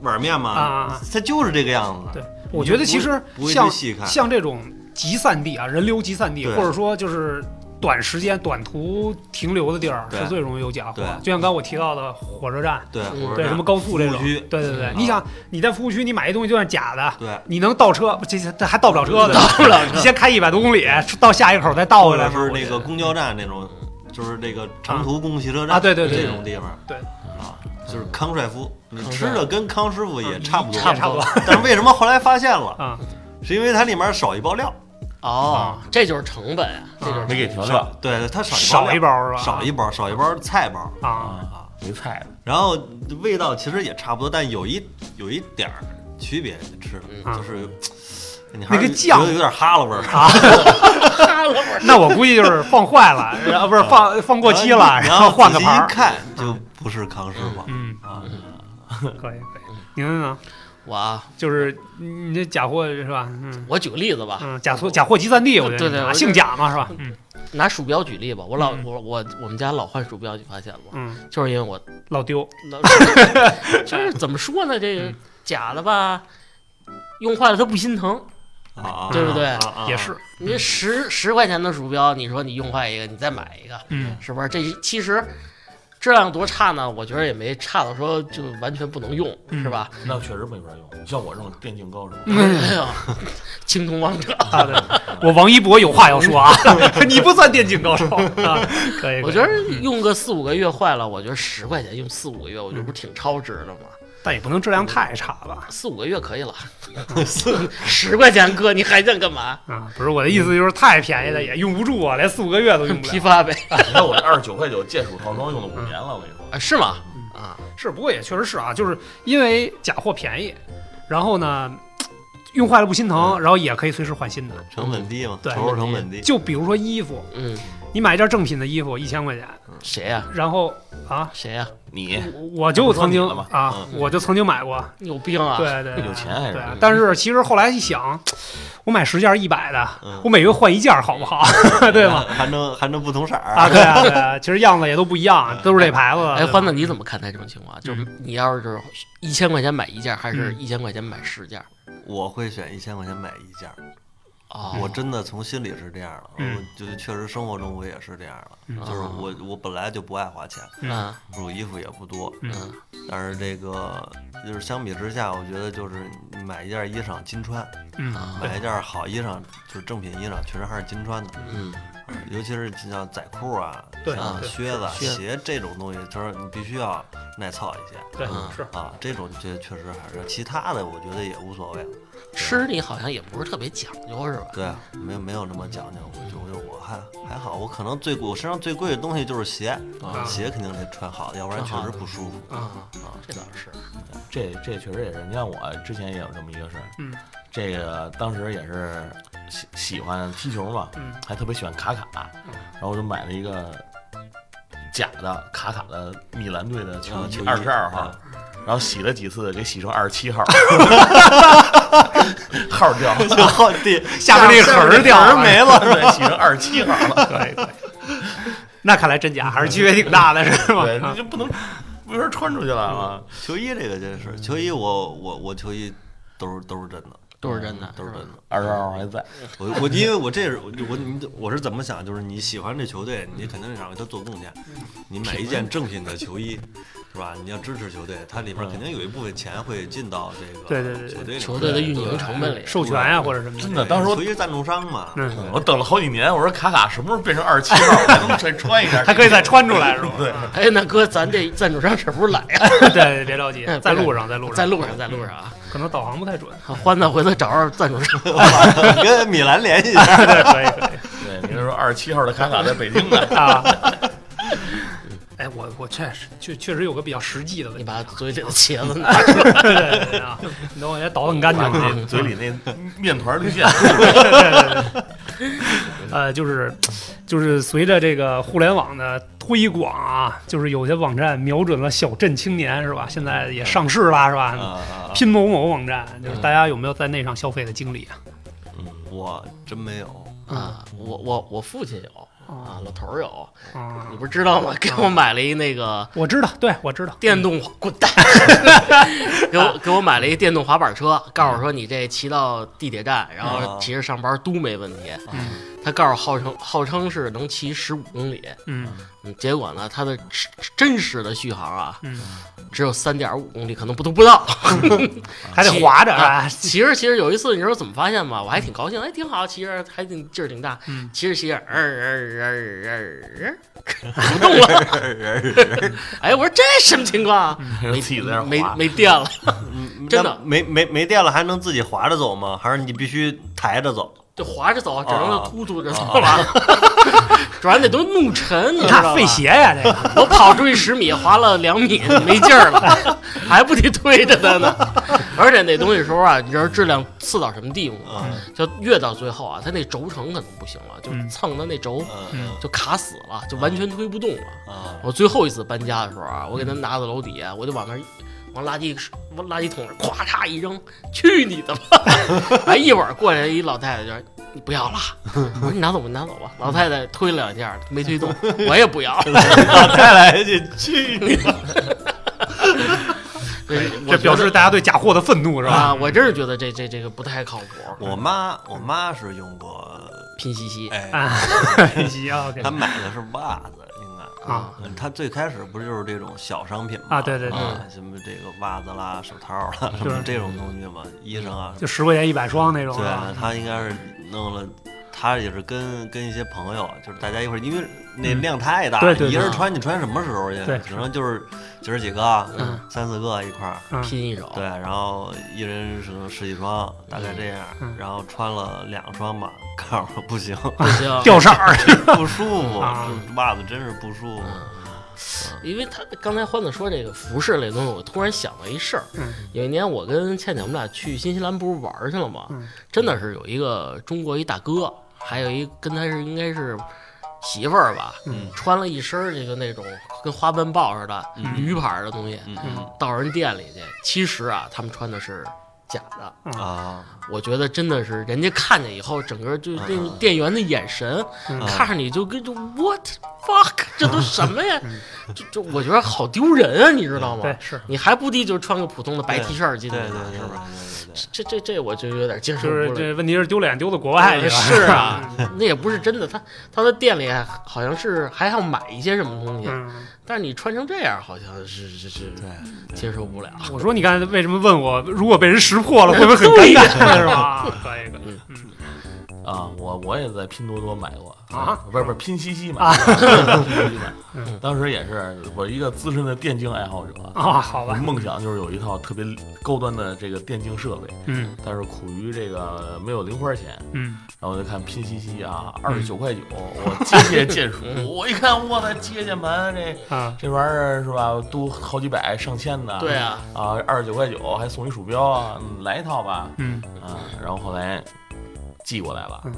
S3: 碗面
S2: 啊啊
S3: 嘛
S2: 啊，
S3: 它就是这个样子。
S2: 对，我觉得其实
S3: 不会
S2: 像
S3: 去细看
S2: 像这种集散地啊，人流集散地，
S3: 对
S2: 或者说就是短时间短途停留的地儿，
S3: 对
S2: 是最容易有假货
S3: 对。
S2: 就像刚我提到的火车站，
S3: 对，
S1: 嗯
S3: 我是
S2: 对
S3: 这
S2: 什
S3: 样
S2: 么高速这种，
S3: 服务区
S2: 对对对
S1: 嗯，
S2: 你想你在服务区你买一东西就算假的。
S3: 对，
S2: 你能倒车，这这还倒不了车的，倒不了车。你先开一百多公里，到下一口再倒
S3: 或
S2: 回来
S3: 者
S2: 吗。
S3: 是
S2: 我
S3: 那
S2: 觉得
S3: 个公交站那种，就是这个长途公共汽车站
S2: 啊对对对
S3: 这种地方，
S2: 对
S3: 啊，就是康帅傅，你
S1: 康帅
S3: 吃的跟康师傅也差不多，
S2: 嗯差不多。
S3: *laughs* 但是为什么后来发现了？
S2: 啊，
S3: 是因为它里面少一包料，
S1: 哦，这就是成本 *laughs* 啊，这就是
S4: 没给调
S3: 少
S4: 料
S3: 对它少
S2: 嗯少一
S3: 包
S2: 包是吧？
S3: 料，少一包，少一包菜包。
S2: 啊，
S4: 啊，没菜的，
S3: 然后味道其实也差不多，但有一有一点儿区别，吃
S2: 嗯
S3: 就是你还是
S2: 那个酱
S3: 觉得有点哈
S2: *laughs*
S3: 喇味儿，
S1: 哈了会儿
S2: 那我估计就是放坏了，然后不是放放过期了，
S3: 嗯然
S2: 后
S3: 后
S2: 换个
S3: 仔细
S2: 牌儿
S3: 一。看就不是康师傅
S2: 嗯，
S3: 啊，
S2: 可以可以。您呢？
S1: 我啊，
S2: 就是你你这假货是吧？嗯
S1: 我举个例子吧，
S2: 嗯，假货假货集散地，我觉得
S1: 对对
S2: 啊
S1: 我就
S2: 姓贾嘛是吧？嗯
S1: 拿鼠标举例吧，我老
S2: 嗯
S1: 我我我们家老换鼠标，你发现了吗？
S2: 嗯，
S1: 就是因为 *laughs* 我
S2: 老丢
S1: 老就是怎么说呢，这个
S2: 嗯
S1: 假的吧，用坏了它不心疼，
S3: 啊，
S1: 对不对
S3: 啊？啊
S2: 也，是，
S1: 你这十十块钱的鼠标，你说你用坏一个，你再买一个，
S2: 嗯
S1: 是不是？这其实质量多差呢？我觉得也没差到说就完全不能用，
S3: 嗯
S1: 是
S3: *laughs*
S1: 吧？ *laughs*
S4: 那确实没法用。你像我这种电竞高手，
S1: 哎呀，青铜王者，
S2: 啊，对，我王一博有话要说啊， *laughs* 你不算电竞高手啊，可以，
S1: 我觉得
S3: 嗯
S1: 用个四五个月坏了，我觉得十块钱用四五个月，我觉得不是挺超值的吗？
S2: 但也不能质量太差吧，
S1: 四五个月可以了，
S3: *laughs*
S1: 四十块钱哥，你还想干嘛？
S2: 啊，不是我的意思就是太便宜的也用不住啊，连四五个月都用不
S1: 批
S2: 了，
S1: 发呗？
S4: 你看我这二十九块九键鼠套装用了五年了，我跟
S3: 嗯
S4: 你说。
S1: 啊，是吗？啊，
S2: 是，不过也确实是啊，就是因为假货便宜，然后呢，用坏了不心疼，然后也可以随时换新的，
S3: 成本低嘛，
S2: 对
S3: 投入成本低。
S2: 就比如说衣服，
S1: 嗯，
S2: 你买一件正品的衣服一千块钱，
S1: 谁呀、
S2: 然后啊，
S1: 谁呀、
S2: *laughs*
S4: 你
S2: 我我就曾经
S4: 我说你
S2: 啊，我就曾经买过，
S1: 有病啊！
S2: 对对，
S4: 有钱还是
S2: 对啊
S4: 嗯，
S2: 但是其实后来一想，我买十件一百的
S3: 嗯，
S2: 我每月换一件好不好？ *laughs* 对吗？
S3: 还能还能不同色儿
S2: 啊，对啊，对啊，其实样子也都不一样，都是这牌子的。
S1: 哎，
S2: 对吧
S1: 欢子，你怎么看待这种情况？啊就是你要是就是一千块钱买一件，还是一千块钱买十件？
S3: 我会选一千块钱买一件儿，啊
S1: 哦，
S3: 我真的从心里是这样的，
S2: 嗯
S3: 我就是确实生活中我也是这样的，
S2: 嗯
S3: 就是我我本来就不爱花钱，
S1: 嗯
S3: 我衣服也不多，
S1: 嗯
S3: 但是这个就是相比之下，我觉得就是你买一件衣裳金穿，
S2: 嗯，
S1: 啊
S3: 买一件好衣裳就是正品衣裳，确实还是金穿的，
S1: 嗯
S3: 尤其是像仔裤啊、
S2: 对
S3: 像
S2: 对
S3: 靴子、
S1: 靴子
S3: 鞋这种东西，就是你必须要耐操一些
S2: 对
S1: 嗯，
S2: 是
S3: 啊。这种确确实还是，其他的我觉得也无所谓了。
S1: 吃你好像也不是特别讲究，是吧？
S3: 对，没有没有那么讲究，我就我就我还还好，我可能最贵，我身上最贵的东西就是鞋，
S2: 啊
S3: 鞋肯定得穿好，要不然确
S1: 穿好
S3: 实
S1: 的
S3: 不舒服。
S1: 啊，这倒是。
S4: 这这确实也是，你像我之前也有这么一个事儿，
S2: 嗯，
S4: 这个当时也是喜喜欢踢球嘛，
S2: 嗯
S4: 还特别喜欢卡卡，
S2: 嗯
S4: 然后我就买了一个假的卡卡的米兰队的球
S3: 啊球衣
S4: 二十二号
S3: 啊，
S4: 然后洗了几次给洗成二十
S2: *laughs*
S4: 七号，号掉了， *laughs*
S3: 然后地
S2: 下边那个痕儿掉了
S3: 痕
S2: *laughs*
S3: 儿没了，
S4: 对，洗成二十七号了，
S2: 可以可以。那看来真假还是区别挺大的，是吧？啊嗯
S4: 对，你就不能没法穿出去了啊。
S3: 球衣这个真是，球衣我我我球衣都是都是真的，
S1: 都是真的
S3: 嗯都是真的。
S4: 二十二号还在，
S3: 我我因为我这是我我你我是怎么想，就是你喜欢这球队，你肯定想为他做贡献。你买一件正品的球衣，是吧？你要支持球队，它里面肯定有一部分钱会进到这个
S2: 对对对对
S3: 球
S1: 球队
S3: 队里
S1: 的运营 *laughs* 成本里，啊
S2: 授权呀或者什么
S4: 真
S1: *laughs*
S2: 的。
S4: 的，当时我
S3: 球衣赞助商嘛，
S2: 嗯
S4: 我等了好几年，我说卡卡什么时候变成二十七号，我 *laughs* 还能再穿一下，
S2: 还可以再穿出来是吧？
S4: 对
S2: 啊
S1: 哎，那哥，咱这赞助商是不是来啊呀？
S2: 对，别着急，在路上，在路
S1: 嗯
S2: 上，嗯
S1: 在路上，在路上啊！
S2: 可能导航不太
S1: *laughs*
S2: 准。
S1: 欢子回头找找赞助商， *laughs*
S3: 你跟米兰联系一下。
S2: 对，可以可以。，
S4: 对，你就说二十七号的卡卡在北京呢
S2: *laughs* 啊。哎，我我确实确确实有个比较实际的问
S1: 你
S2: 题，
S1: 把嘴里的茄子拿出来。
S2: 对对对啊，你等我先倒腾干净
S4: 把
S2: 啊。
S4: 你嘴里那面团绿
S2: *laughs*
S4: 线，
S2: 呃，就是就是随着这个互联网的推广啊，就是有些网站瞄准了小镇青年是吧？现在也上市了是
S3: 啊
S1: 嗯
S2: 吧？
S3: 啊啊！
S2: 拼某某网站，就是大家有没有在那上消费的经历啊？
S3: 嗯我真没有，
S1: 啊，我我我父亲有啊，老头儿有，
S2: 啊
S1: 你，不知道吗？给我买了一那个
S2: 我知道，对我知道，
S1: 电动滑，滚蛋！给我给我买了一电动滑板车，告诉说你这骑到地铁站，然后骑着上班都没问题。
S2: 嗯
S1: 他告诉号称号称是能骑十五公里，
S2: 嗯
S1: 嗯，结果呢，它的真真实的续航啊，
S2: 嗯，
S1: 只有三点五公里，可能不都不到。
S2: 还得划着啊，
S1: 骑着骑着，有一次你知道怎么发现吗？我还挺高兴，哎，挺好，骑着还挺劲儿挺大。
S2: 嗯
S1: 骑着骑着，呃呃呃呃呃，不 *laughs* 动了。哎，我说这什么情况啊？没
S4: 自己在那儿
S1: 没
S4: 滑
S1: 没电了，
S3: 嗯
S1: 真的
S3: 那没没没电了，还能自己滑着走吗？还是你必须抬着走？
S1: 就滑着走，只能
S3: 啊
S1: 突突着走了。 *laughs* 主要那都弄沉，你
S2: 你
S1: 知道吧
S2: 看费鞋。呀，这
S1: *laughs*
S2: 个
S1: 我跑出去十米，滑了两米，没劲儿了， *laughs* 还不得推着它呢。而且那东西时候啊，你知道质量次到什么地步吗？
S3: 啊，
S1: 就越到最后啊，它那轴承可能不行了，就
S2: 嗯
S1: 蹭的那轴
S3: 嗯
S1: 就卡死了，就完全推不动了。
S2: 嗯
S3: 啊，
S1: 我最后一次搬家的时候啊，我给他拿到楼底下，我就往那儿一往垃圾往垃圾桶上咵嚓一扔，去你的吧！ *laughs* 哎，一会儿过来一老太太就说你不要了，我说你拿走吧，你拿走吧。老太太推了两下没推动，我也不要。
S3: 再来去
S4: *laughs*
S3: 去你的！
S1: 对
S2: 这表示大家对假货的愤怒是吧？
S1: 啊，我真是觉得这这这个不太靠谱。
S3: 嗯我妈我妈是用过，
S1: 拼夕夕
S3: 哎，
S2: 啊，信息啊，OK，
S3: 她买的是袜子，应该
S2: 啊，
S3: 嗯它最开始不就是这种小商品吗？
S2: 啊对对对
S3: 啊什么这个袜子啦、手套啦，什
S2: 就是
S3: 么这种东西嘛，衣裳啊，
S2: 就十块钱一百双那种啊
S3: 对，，他应该是弄了，他也是跟跟一些朋友，啊就是大家一块儿，因为那
S2: 嗯
S3: 量太大，
S2: 对对对
S3: 一人穿你穿什么时候去？
S2: 对
S3: 只能就是姐儿几个，
S1: 嗯
S3: 三四个一块儿。
S2: 嗯
S1: 拼一手，
S2: *laughs*
S3: 对，然后一人是十几双，大概这样，
S2: 嗯
S3: 然后穿了两双吧，告诉我不行，
S1: 不行，
S2: 掉色儿，
S3: 不舒服嗯
S2: 啊，
S3: 袜子真是不舒服。
S1: 因为他刚才欢子说这个服饰类东西，我突然想到一事儿。
S2: 嗯
S1: 有一年我跟倩倩我们俩去新西兰不是玩儿去了吗？
S2: 嗯
S1: 真的是有一个中国一大哥，还有一跟他是应该是媳妇儿吧，
S3: 嗯
S1: 穿了一身儿这个那种跟花瓣豹似的驴牌儿的东西，
S3: 嗯
S2: 嗯
S1: 到人店里去。其实啊，他们穿的是假的。
S3: 啊，
S1: 我觉得真的是，人家看见以后，整个就是那
S3: 嗯
S1: 个
S3: 嗯
S1: 店员的眼神，
S2: 嗯
S3: 啊
S1: 看着你就跟就 what fuck，这
S3: *laughs*
S1: 都什么呀？
S3: 嗯
S1: 就就我觉得好丢人啊，你知道吗？
S2: 对，是
S1: 你还不地就穿个普通的白 T 恤儿进
S3: 对
S1: 去
S3: 对
S1: 呢，
S3: 对对
S1: 是吧？
S3: 对对对。
S1: 这这这我就有点接受
S2: 就
S1: 不
S2: 是
S1: 了。
S2: 这问题是丢脸丢到国外去了，
S1: 是啊，
S3: *laughs*
S1: 那也不是真的。他他的店里好像是还要买一些什么东西，
S2: 嗯，
S1: 但是你穿成这样，好像是是是
S3: 对
S1: 接受不了。
S2: 嗯我
S1: *laughs*
S2: 说你刚才为什么问我，如果被人识破了会不会很尴尬，是吧？ *laughs* 可以可以，嗯
S4: 啊，我我也在拼多多买过
S2: 啊，
S4: 不是不是拼夕夕买
S2: 啊 *laughs*
S4: 的，拼夕夕买
S2: 嗯
S4: 的。当时也是我一个资深的电竞爱好者，
S2: 啊，好
S4: 我
S2: 吧，
S4: 梦想就是有一套特别高端的这个电竞设备，
S2: 嗯
S4: 但是苦于这个没有零花钱，
S2: 嗯，
S4: 然后我就看拼夕夕啊，二十九块九，我节节见暑。
S2: 嗯
S4: *laughs* 我一看，我的接键盘这
S2: 啊
S4: 这玩意儿是吧，都好几百上千的。
S1: 对啊，
S4: 啊，二十九块九还送一鼠标啊，嗯来一套吧。
S2: 嗯
S4: 啊，然后后来寄过来了
S2: 嗯，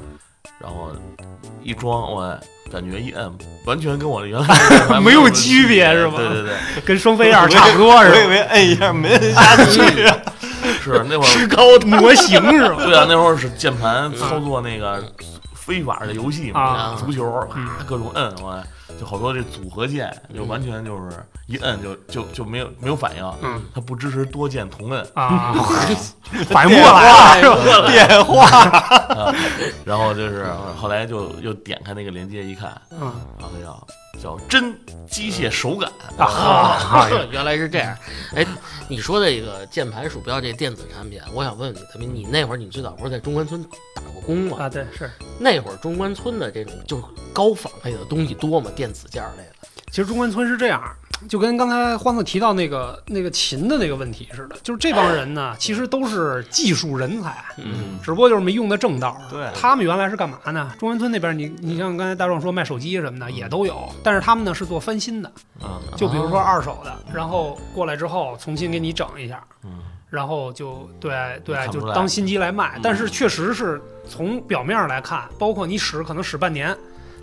S4: 然后一装我。感觉一摁，完全跟
S2: *laughs*
S4: 我的原来的键盘
S2: 没有
S4: 有
S2: 区别是吧
S4: 对对对，
S2: 跟双飞燕差不多
S3: 我以
S2: 是吧？
S3: 为摁一下没摁下去，
S4: 是那会儿
S2: 石膏模型是吧？
S4: 对啊，那会儿是键盘操作那个非法的游戏嘛
S2: 啊，
S4: 足球
S2: 嗯
S4: 啊各种摁，完了就好多这组合键，就完全就是一摁就就就没有没有反应，
S2: 嗯，
S4: 它不支持多键同摁，
S2: *laughs* 啊，反应不过来了 *laughs* 是吧？
S3: 变化。
S4: 然后就是后来就又点开那个链接一看，
S2: 嗯
S4: 然后叫叫真机械手感，
S2: 啊，
S1: 原来是这样。哎，你说这个键盘、鼠标这电子产品，我想问问你，咱们你那会儿你最早不是在中关村打过工吗？
S2: 啊，对，是。
S1: 那会儿中关村的这种就是高仿类的东西多吗？电子件儿类的？
S2: 其实中关村是这样，就跟刚才欢子提到那个那个琴的那个问题似的，就是这帮人呢，其实都是技术人才，
S1: 嗯，
S2: 只不过就是没用在正道上。
S3: 对
S2: 他们原来是干嘛呢？中关村那边你，你像刚才大壮说卖手机什么的也都有，但是他们呢是做翻新的，
S3: 嗯
S2: 就比如说二手的，然后过来之后重新给你整一下，
S3: 嗯，
S2: 然后就对对，
S4: 看不
S2: 就
S4: 出来
S2: 当新机来卖
S3: 嗯。
S2: 但是确实是从表面上来看，包括你使可能使半年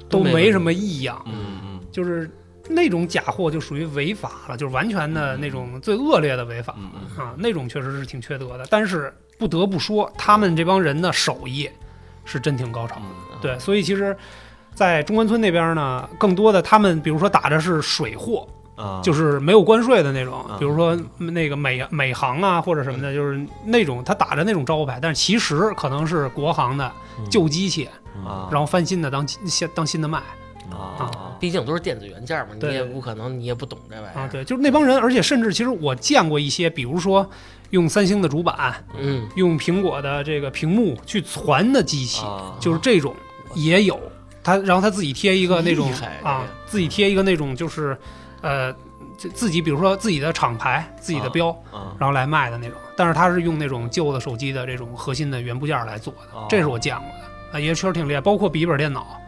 S1: 都
S2: 都
S1: 没
S2: 没什么异样，
S3: 嗯嗯
S2: 就是那种假货就属于违法了，就是完全的那种最恶劣的违法
S3: 嗯嗯，
S2: 啊，那种确实是挺缺德的。但是不得不说，他们这帮人的手艺是真挺高超的。
S3: 嗯
S2: 对，所以其实，在中关村那边呢，更多的他们比如说打的是水货，
S3: 啊，
S2: 就是没有关税的那种
S3: 嗯，
S2: 比如说那个美美行啊或者什么的，就是那种他打着那种招牌，但是其实可能是国行的旧机器，
S3: 嗯
S4: 嗯
S3: 啊，
S2: 然后翻新的当新当新的卖。
S3: 啊，
S1: 毕竟都是电子元件儿嘛，你
S2: 对
S1: 也不可能，你也不懂这
S3: 哎
S1: 玩意
S2: 啊，
S1: 儿。
S2: 对，就是那帮人，而且甚至其实我见过一些，比如说用三星的主板，
S1: 嗯，
S2: 用苹果的这个屏幕去传的机器，
S3: 啊
S2: 就是这种也有。他然后他自己贴一个那种
S1: 厉害
S2: 啊
S1: 这，
S2: 自己贴一个那种就是，呃，就自己比如说自己的厂牌、自己的
S3: 啊
S2: 标，
S3: 啊
S2: 然后来卖的那种。但是他是用那种旧的手机的这种核心的原部件来做的，
S4: 嗯
S3: 哦
S2: 这是我见过的啊，也确实挺厉害。包括笔记本电脑，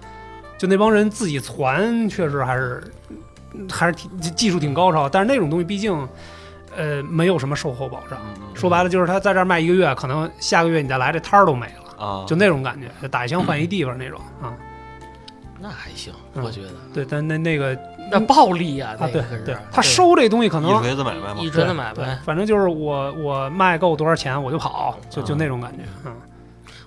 S2: 就那帮人自己传，确实还是还是挺技技术挺高超。但是那种东西毕竟，呃，没有什么售后保
S3: 嗯
S2: 障。说白了就是他在这儿卖一个月，可能下个月你再来这摊儿都没了，
S3: 啊，
S2: 就那种感觉，就打一枪换一地方那种啊。
S1: 那还行，
S2: 嗯
S1: 我觉得
S2: 对，但那那个
S1: 那暴力啊，
S2: 啊，
S1: 那
S2: 对
S1: 个可是
S2: 对，他收这东西可能
S3: 嗯一锤子买卖嘛
S1: 一，
S2: 对
S1: 锤子买
S2: 对
S1: 卖。
S2: 反正就是我我卖够多少钱我就跑，就就那种感觉，嗯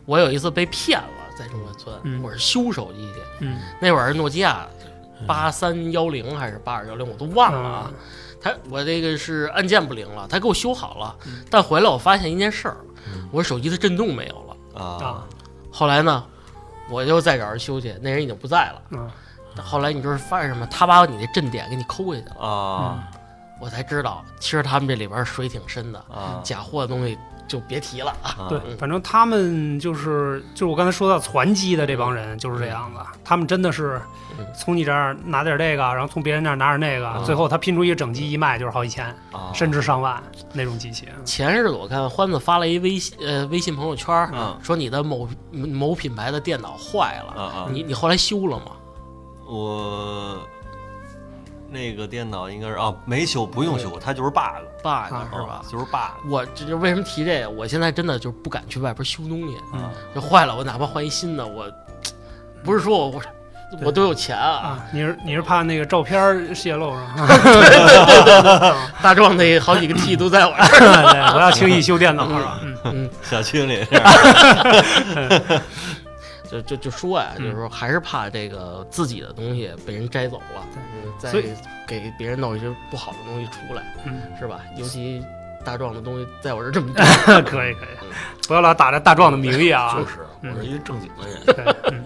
S1: 我有一次被骗了，在中关村，
S2: 嗯
S1: 我是修手机去，
S2: 嗯。
S1: 那会儿诺基亚八三幺零还是八二幺零，我都
S2: 嗯
S1: 忘了啊。他我这个是按键不灵了，他给我修好了，
S2: 嗯
S1: 但回来我发现一件事儿，我手机的震动没有了。
S3: 啊
S2: 啊
S1: 后来呢，我就再找人修去，那人已经不在了。
S2: 啊
S1: 但后来你知道是发现什么？他把你的阵点给你抠下去了，
S3: 啊
S1: 我才知道，其实他们这里边水挺深的，
S3: 啊
S1: 假货的东西就别提了啊。
S3: 啊！
S2: 对，反正他们就是就是我刚才说到攒机的这帮人就是这样子，他们真的是
S1: 嗯
S2: 从你这儿拿点这个，然后从别人那儿拿点那个，最后他拼出一个整机一卖就是好几千，
S3: 啊，
S2: 甚至上万那种机器。嗯
S1: 前日子我看欢子发了一微信呃微信朋友圈，
S3: 嗯
S1: 说你的某某品牌的电脑坏了，
S3: 啊啊，
S1: 你你后来修了吗？
S3: 我那个电脑应该是啊没修，不用修，它就是 bug
S1: 爸呀，
S2: 啊
S1: 是吧
S3: 啊？就是 bug
S1: 我这就为什么提这个？我现在真的就不敢去外边修东西，
S3: 嗯
S1: 就坏了，我哪怕换一新的，我不是说我我我都有钱啊，
S2: 啊，你是你是怕那个照片儿泄露是吧？
S1: 大壮那好几个 T 都在我这儿。
S2: *laughs* 对，不要轻易修电脑是吧？嗯
S3: 小区里
S1: *laughs* 就就就说呀、
S2: 嗯
S1: 就是说还是怕这个自己的东西被人摘走了，嗯再
S2: 所以
S1: 给别人弄一些不好的东西出来，
S2: 嗯
S1: 是吧？尤其大壮的东西在我这儿这么多，
S2: 嗯可以可以， *laughs* 不要老打着大 *laughs* 壮的名
S1: *laughs*
S2: 义 *laughs* 啊。
S4: 就是我是一个正经的人，
S2: 对，嗯，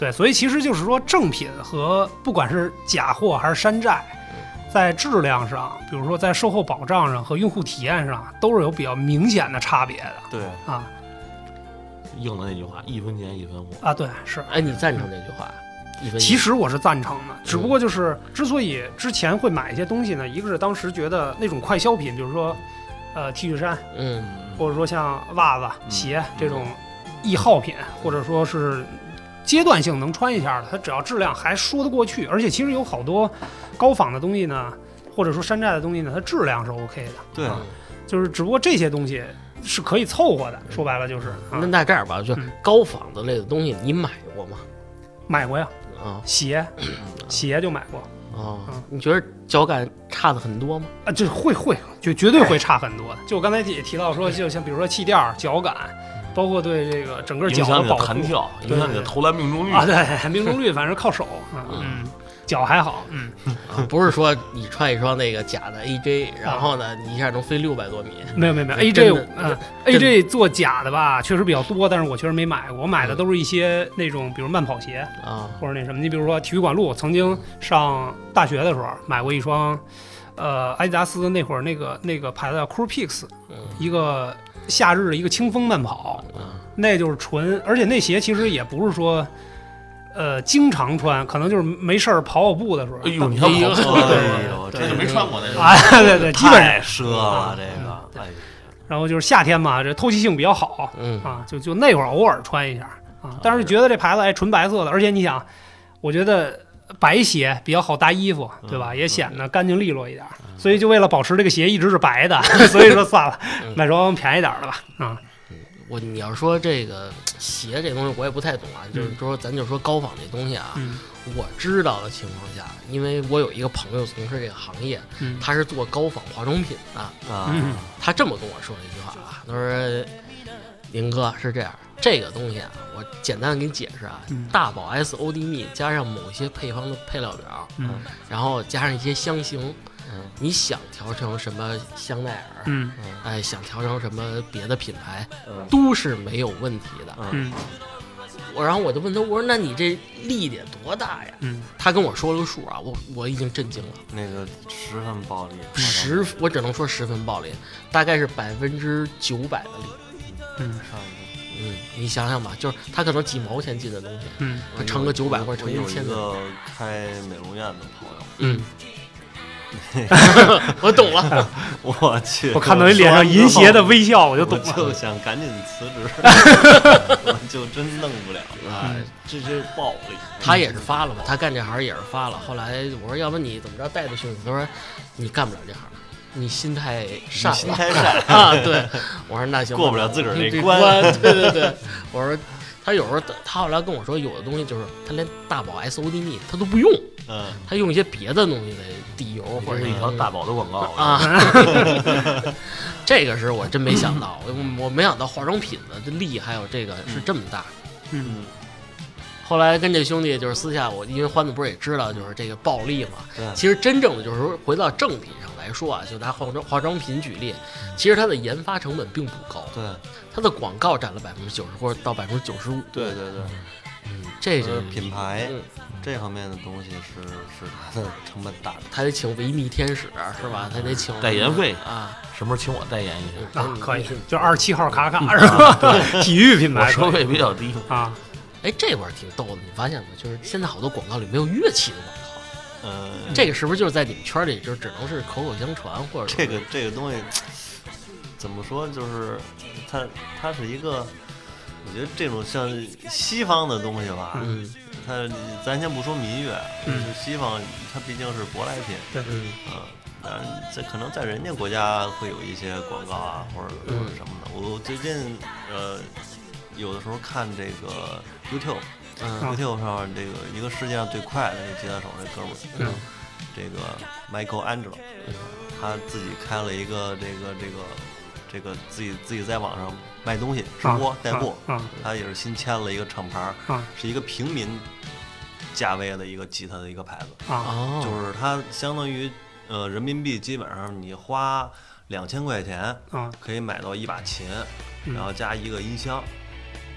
S2: 对，所以其实就是说，正品和不管是假货还是山寨，在质量上，比如说在售后保障上和用户体验上，都是有比较明显的差别的
S3: 对
S2: 啊
S4: 应了那句话，一分钱一分货。
S2: 啊，对，是。
S1: 哎，你赞成这句话？一分一
S2: 其实我是赞成的，只不过就是之所以之前会买一些东西呢，一个是当时觉得那种快消品，比如说，呃，T 恤衫，
S1: 嗯
S2: 或者说像袜子、
S3: 嗯
S2: 鞋这种易耗品，或者说是阶段性能穿一下的，它只要质量还说得过去，而且其实有好多高仿的东西呢，或者说山寨的东西呢，它质量是 OK 的，
S3: 对
S1: 嗯
S2: 就是只不过这些东西是可以凑合的，说白了就是啊
S1: 那，那这样吧，就
S2: 嗯
S1: 高仿的类的东西，你买过吗？
S2: 买过呀，
S1: 啊
S4: *clears throat*
S2: 鞋鞋就买过
S1: 啊
S2: 嗯，
S1: 你觉得脚感差的很多吗？
S2: 啊，这会会就绝对
S4: 哎
S2: 会差很多的。就我刚才也提到说，就像比如说气垫、脚感，包括对这个整个
S4: 嗯影
S2: 脚
S4: 响
S2: 的
S4: 你
S2: 保
S4: 的
S2: 护
S4: 弹跳，
S2: 对
S4: 影响你的投篮命中率。
S2: 啊，对，命中率反正靠手，嗯，脚还好，嗯，
S1: 啊，不是说你穿一双那个假的
S2: 嗯
S1: AJ，然后呢，你一下能飞六百多米，
S2: 没有没有没有
S1: 真的
S2: ，AJ 嗯，AJ 做假的吧，确实比较多，但是我确实没买过，我买的都是一些那种，比如慢跑鞋
S1: 啊
S2: 或者那什么，你比如说体育馆路，曾经上大学的时候买过一双，呃，阿迪达斯那会儿那个那个牌子叫 Cool Pix，
S1: 嗯
S2: 一个夏日的一个清风慢跑，
S1: 啊
S2: 那就是纯，而且那鞋其实也不是说。呃，经常穿，可能就是没事儿跑跑步的时候。
S4: 哎呦，你看
S1: 哎呦
S4: 跑
S2: *laughs*
S4: 错
S3: 哎
S4: 了，
S3: 呦，这
S4: 这就没穿过那个。
S2: 啊，对对，基本上
S3: 太奢
S4: 啊
S3: 了这个，哎
S2: 然后就是夏天嘛，这透气性比较好
S1: 嗯
S2: 啊，就就那会儿偶尔穿一下啊，但是觉得这牌子哎纯白色的，而且你想，我觉得白鞋比较好搭衣服，对吧？也显得干净利落一点儿，所以就为了保持这个鞋一直是白的， *laughs* 所以说算了
S1: 嗯，
S2: 买双便宜点儿的吧啊，
S1: 我你要说这个鞋这东西，我也不太懂啊，就是说咱就说高仿这东西啊，
S2: 嗯
S1: 我知道的情况下，因为我有一个朋友从事这个行业，
S2: 嗯
S1: 他是做高仿化妆品的，
S3: 啊
S2: 嗯，
S1: 他这么跟我说了一句话啊，他说：“林哥是这样，这个东西啊，我简单的给你解释啊，
S2: 嗯
S1: 大宝 S O D 蜜加上某些配方的配料表，
S2: 嗯
S1: 然后加上一些香型，
S3: 嗯
S1: 你想调成什么香奈儿，
S2: 嗯
S1: 哎，想调成什么别的品牌，
S3: 嗯
S1: 都是没有问题的。
S3: 嗯
S2: 嗯
S1: 我然后我就问他，我说那你这力点多大呀？
S2: 嗯，
S1: 他跟我说了个数啊，我我已经震惊了，
S3: 那个十分暴力，
S1: 十，我只能说十分暴力，大概是百分之九百的力。
S3: 嗯上一
S1: 嗯，你想想吧，就是他可能几毛钱进的东西，
S2: 嗯
S1: 他
S3: 个
S1: 乘个九百或者乘
S3: 我有
S1: 千
S3: 一
S1: 的，
S3: 个开美容院的朋友，
S1: *laughs* 嗯，我懂了，
S3: 我去，
S2: 我看到你脸上淫邪的微笑，我就
S3: 我
S2: 懂
S3: 就
S2: 了，
S3: 想赶紧辞职，
S1: *laughs*
S3: 我就真弄不了哎
S1: 啊，
S3: 这就是暴力。
S1: 他也是发了吧，他干这行也是发了。后来我说，要不你怎么着带着兄弟？他说你干不了这行，你心太善
S3: 心
S1: 了
S3: 太善，
S1: 啊。 *laughs*
S3: *laughs*
S1: 对，我说那行吧，
S3: 嗯过不了自个儿
S1: 这
S3: 那
S1: 关
S3: 关。
S1: 对对对，我说他有时候他后来跟我说，有的东西就是他连大宝 SOD 蜜他都不用，
S3: 嗯，
S1: 他用一些别的东西的底油或
S4: 这
S1: 者
S4: 是一条大宝的广告，
S1: 啊， *laughs* 这个是我真没想到，我我没想到化妆品的这力还有这个是这么大。
S2: 嗯
S1: 后来跟这兄弟就是私下我，因为欢子不是也知道就是这个暴利嘛，
S3: 对，
S1: 其实真正的就是说回到正品上来说啊，就拿化妆化妆品举例，其实它的研发成本并不高，
S3: 对，
S1: 它的广告占了百分之九十或者到百分之九十五，
S3: 对对对，
S1: 这
S3: 就是
S1: 真是
S3: 品牌
S1: 嗯
S3: 这方面的东西是是它的成本大的。
S1: 他得请维密天使是吧？他得请
S4: 代言费
S1: 啊，
S4: 什么时候请我代言一下？
S2: 啊，可以
S1: 嗯，
S2: 就二十七号卡卡是吧？ *laughs* 体育品
S4: 我
S2: 牌
S4: 收费比较低，
S2: 啊，
S1: 哎，这块儿挺逗的，你发现吗？就是现在好多广告里没有乐器的广告，
S3: 呃，
S1: 这个是不是就是在你们圈里就只能是口口相传，或者
S3: 这个这个东西怎么说？就是它它是一个，我觉得这种像西方的东西吧，
S1: 嗯
S3: 它咱先不说民乐，
S2: 嗯
S3: 就是西方它毕竟是舶来品，
S2: 对，
S1: 嗯
S3: 嗯，当然这可能在人家国家会有一些广告啊，或者
S2: 嗯
S3: 或者什么的。我最近呃，有的时候看这个
S1: 嗯
S3: YouTube。
S2: 啊
S3: YouTube 上这个一个世界上最快的那吉他手这哥们儿，
S2: 嗯
S3: 这个 Michael Angelo，他自己开了一个这个这个这个自己自己在网上卖东西直播
S2: 啊
S3: 带货，
S2: 啊啊
S3: 他也是新签了一个厂牌儿，
S2: 啊
S3: 是一个平民价位的一个吉他的一个牌子，
S2: 啊，
S1: 哦，
S3: 就是它相当于呃人民币基本上你花两千块钱
S2: 啊
S3: 可以买到一把琴，
S2: 嗯
S3: 然后加一个音箱。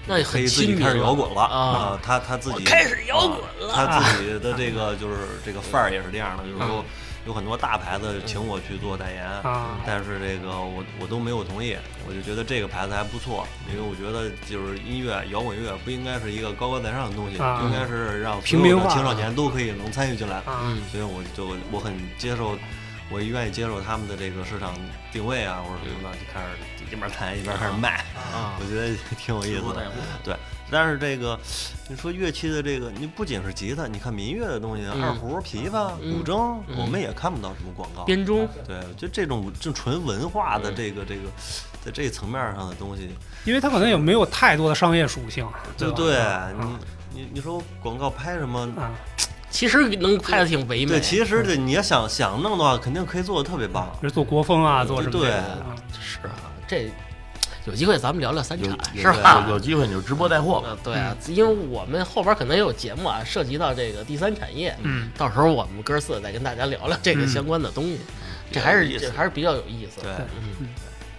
S1: 那也
S3: 可以
S1: 很
S3: 自
S1: 亲
S3: 己
S1: 民
S3: 开始摇滚了
S1: 啊，！
S3: 他他自己
S1: 开始摇滚了
S3: 啊他自己的这个就是这个范儿也是这样的，就是说有很多大牌子请我去做代言
S2: 啊，
S3: 但是这个我我都没有同意，我就觉得这个牌子还不错，因为我觉得就是音乐摇滚乐不应该是一个高高在上的东西，
S2: 啊
S3: 应该是让
S2: 平
S3: 所有
S2: 民
S3: 的
S2: 化
S3: 青少年都可以能参与进来，
S2: 啊
S1: 嗯
S3: 所以我就我很接受。我愿意接受他们的这个市场定位啊，或者什么的，就开始一边弹一边开始卖，
S1: 啊
S3: 我觉得挺嗯有意思
S4: 直播带
S3: 的
S4: 货。
S3: 对，但是这个你说乐器的这个，你不仅是吉他，你看民乐的东西，
S1: 嗯
S3: 二胡、琵琶、
S1: 嗯
S3: 古筝，
S1: 嗯
S3: 我们也看不到什么广告。
S1: 编嗯钟
S3: 对，就这种这纯文化的这个这个，在这层面上的东西，
S2: 因为它可能也没有太多的商业属性，
S3: 对
S2: 吧
S3: 不对
S2: 啊？
S3: 你你你说广告拍什
S1: 嗯
S3: 么？
S2: 啊
S1: 其实能拍的挺唯美
S3: 对，，其
S1: 嗯
S3: 实这你要想想弄的话，肯定可以做的特别棒。
S2: 比如做国风啊，做什么
S3: 对
S2: 这个啊
S1: 是啊，这有机会咱们聊聊三
S4: 有
S1: 产
S4: 有
S1: 是吧
S4: 有？有机会你就直播带货吧。
S1: 呃，对啊，因为我们后边可能也有节目啊，涉及到这个第三产业，
S2: 嗯，
S1: 到时候我们哥四再跟大家聊聊这个
S2: 嗯
S1: 相关的东西，这还
S3: 有意
S1: 是
S3: 思
S1: 这还是比较有意思
S3: 对
S1: 的。，嗯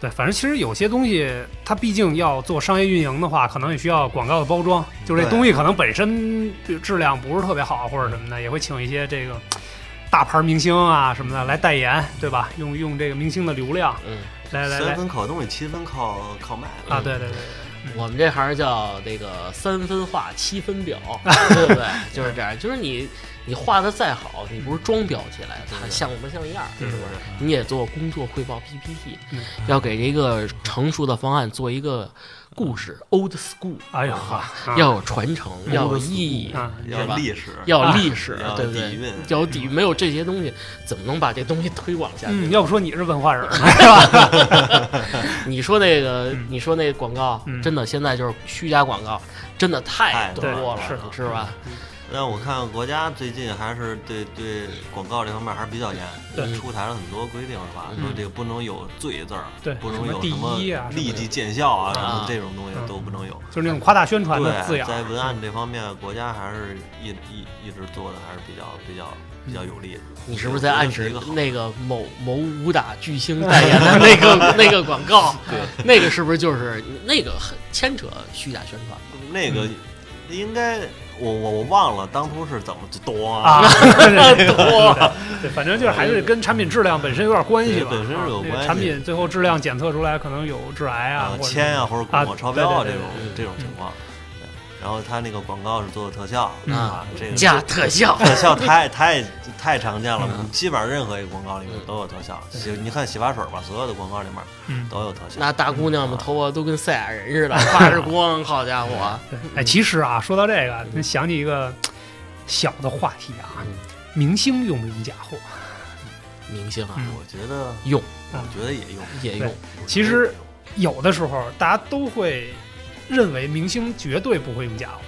S2: 对，反正其实有些东西，它毕竟要做商业运营的话，可能也需要广告的包装。就是这
S3: 嗯对
S2: 东西可能本身就质量不是特别好，或者什么的，也会请一些这个大牌明星啊什么的来代言，对吧？用用这个明星的流量
S1: 嗯，
S2: 来来
S3: 三
S2: 来
S3: 分靠东西，七分靠靠卖。
S2: 啊，对对对，
S1: 我们这行叫那个三分画七分表，对不对？就是这样，就是你你画的再好，你不是装裱起来，它像模像样儿，是
S2: 嗯
S1: 不是？你也做工作汇报 PPT，
S2: 嗯
S1: 要给这个成熟的方案做一个故事，old school，
S3: 嗯
S2: 哎呦
S1: 啊
S2: 呵，
S1: 要有传承，要有意义，
S2: 啊，
S1: 对嗯吧
S3: 要历史，
S1: 要有历史，
S3: 啊要
S1: 对不
S3: 底
S1: 对？
S3: 蕴
S1: 要有底蕴，没有这些东西，怎么能把这东西推广下去？
S2: 嗯，要不说你是文化人儿呢，
S3: *laughs*
S2: 是吧？
S1: 你说那个，你说那广告，
S2: 嗯
S1: 真的现在就是虚假广告，真的太多了，
S2: 太多了
S1: 是吧？
S3: 嗯但我看国家最近还是对对广告这方面还是比较严，
S2: 对
S3: 出台了很多规定是吧？
S1: 嗯
S3: 说这个不能有罪字儿，
S2: 对
S3: 不能有
S2: 什
S3: 什
S2: 么
S3: 么
S2: 第一啊
S3: 立即见效啊，
S1: 什
S3: 什
S1: 么的
S3: 么这种东西
S2: 嗯
S3: 都不能有。
S2: 就是那种夸大宣传的字
S3: 对，啊
S2: 眼儿，
S3: 在文案这方面，国家还是一一一直做的还是比较比较比
S2: 嗯
S3: 较有力的。
S1: 你是不是在暗
S3: 我
S1: 指
S3: 觉得是一个好？
S1: 那个某某武打巨
S2: *laughs*
S1: 星代言的那个那个广告？对，那个是不是就是那个很牵扯虚假宣传？
S3: 嗯那个
S2: 嗯
S3: 应该我我我忘了当初是怎么咚
S2: 啊，
S3: *laughs* 啊，
S2: 对对，反正就是还是跟产品质量本身有点关系吧，
S3: 对本身是有
S2: 啊那个
S3: 关系
S2: 产品最后质量检测出来可能有致癌啊，或
S3: 呃
S2: 者
S3: 铅啊或者广告
S2: 啊
S3: 超标啊
S2: 对
S3: 这
S2: 对
S3: 种这种情况。对然后他那个广告是做的特效
S2: 嗯
S3: 啊，这个
S1: 加特效，
S3: 特效太太太常见了
S1: 嗯，
S3: 基本上任何一个广告里面都有特效。就你看洗发水吧，所有的广告里
S2: 嗯
S3: 面都有特效。
S1: 那大姑娘们头发都跟赛亚人似的，发着光，好家伙！
S2: 对哎，其实啊，说到这个，那想起一个小的话题啊
S1: 嗯，
S2: 明星用不用假货？
S1: 明星啊，
S2: 嗯
S3: 我觉得，
S1: 用
S3: 我觉得也用，
S1: 也用
S2: 对，其实有的时候大家都会认为明星绝对不会用假货，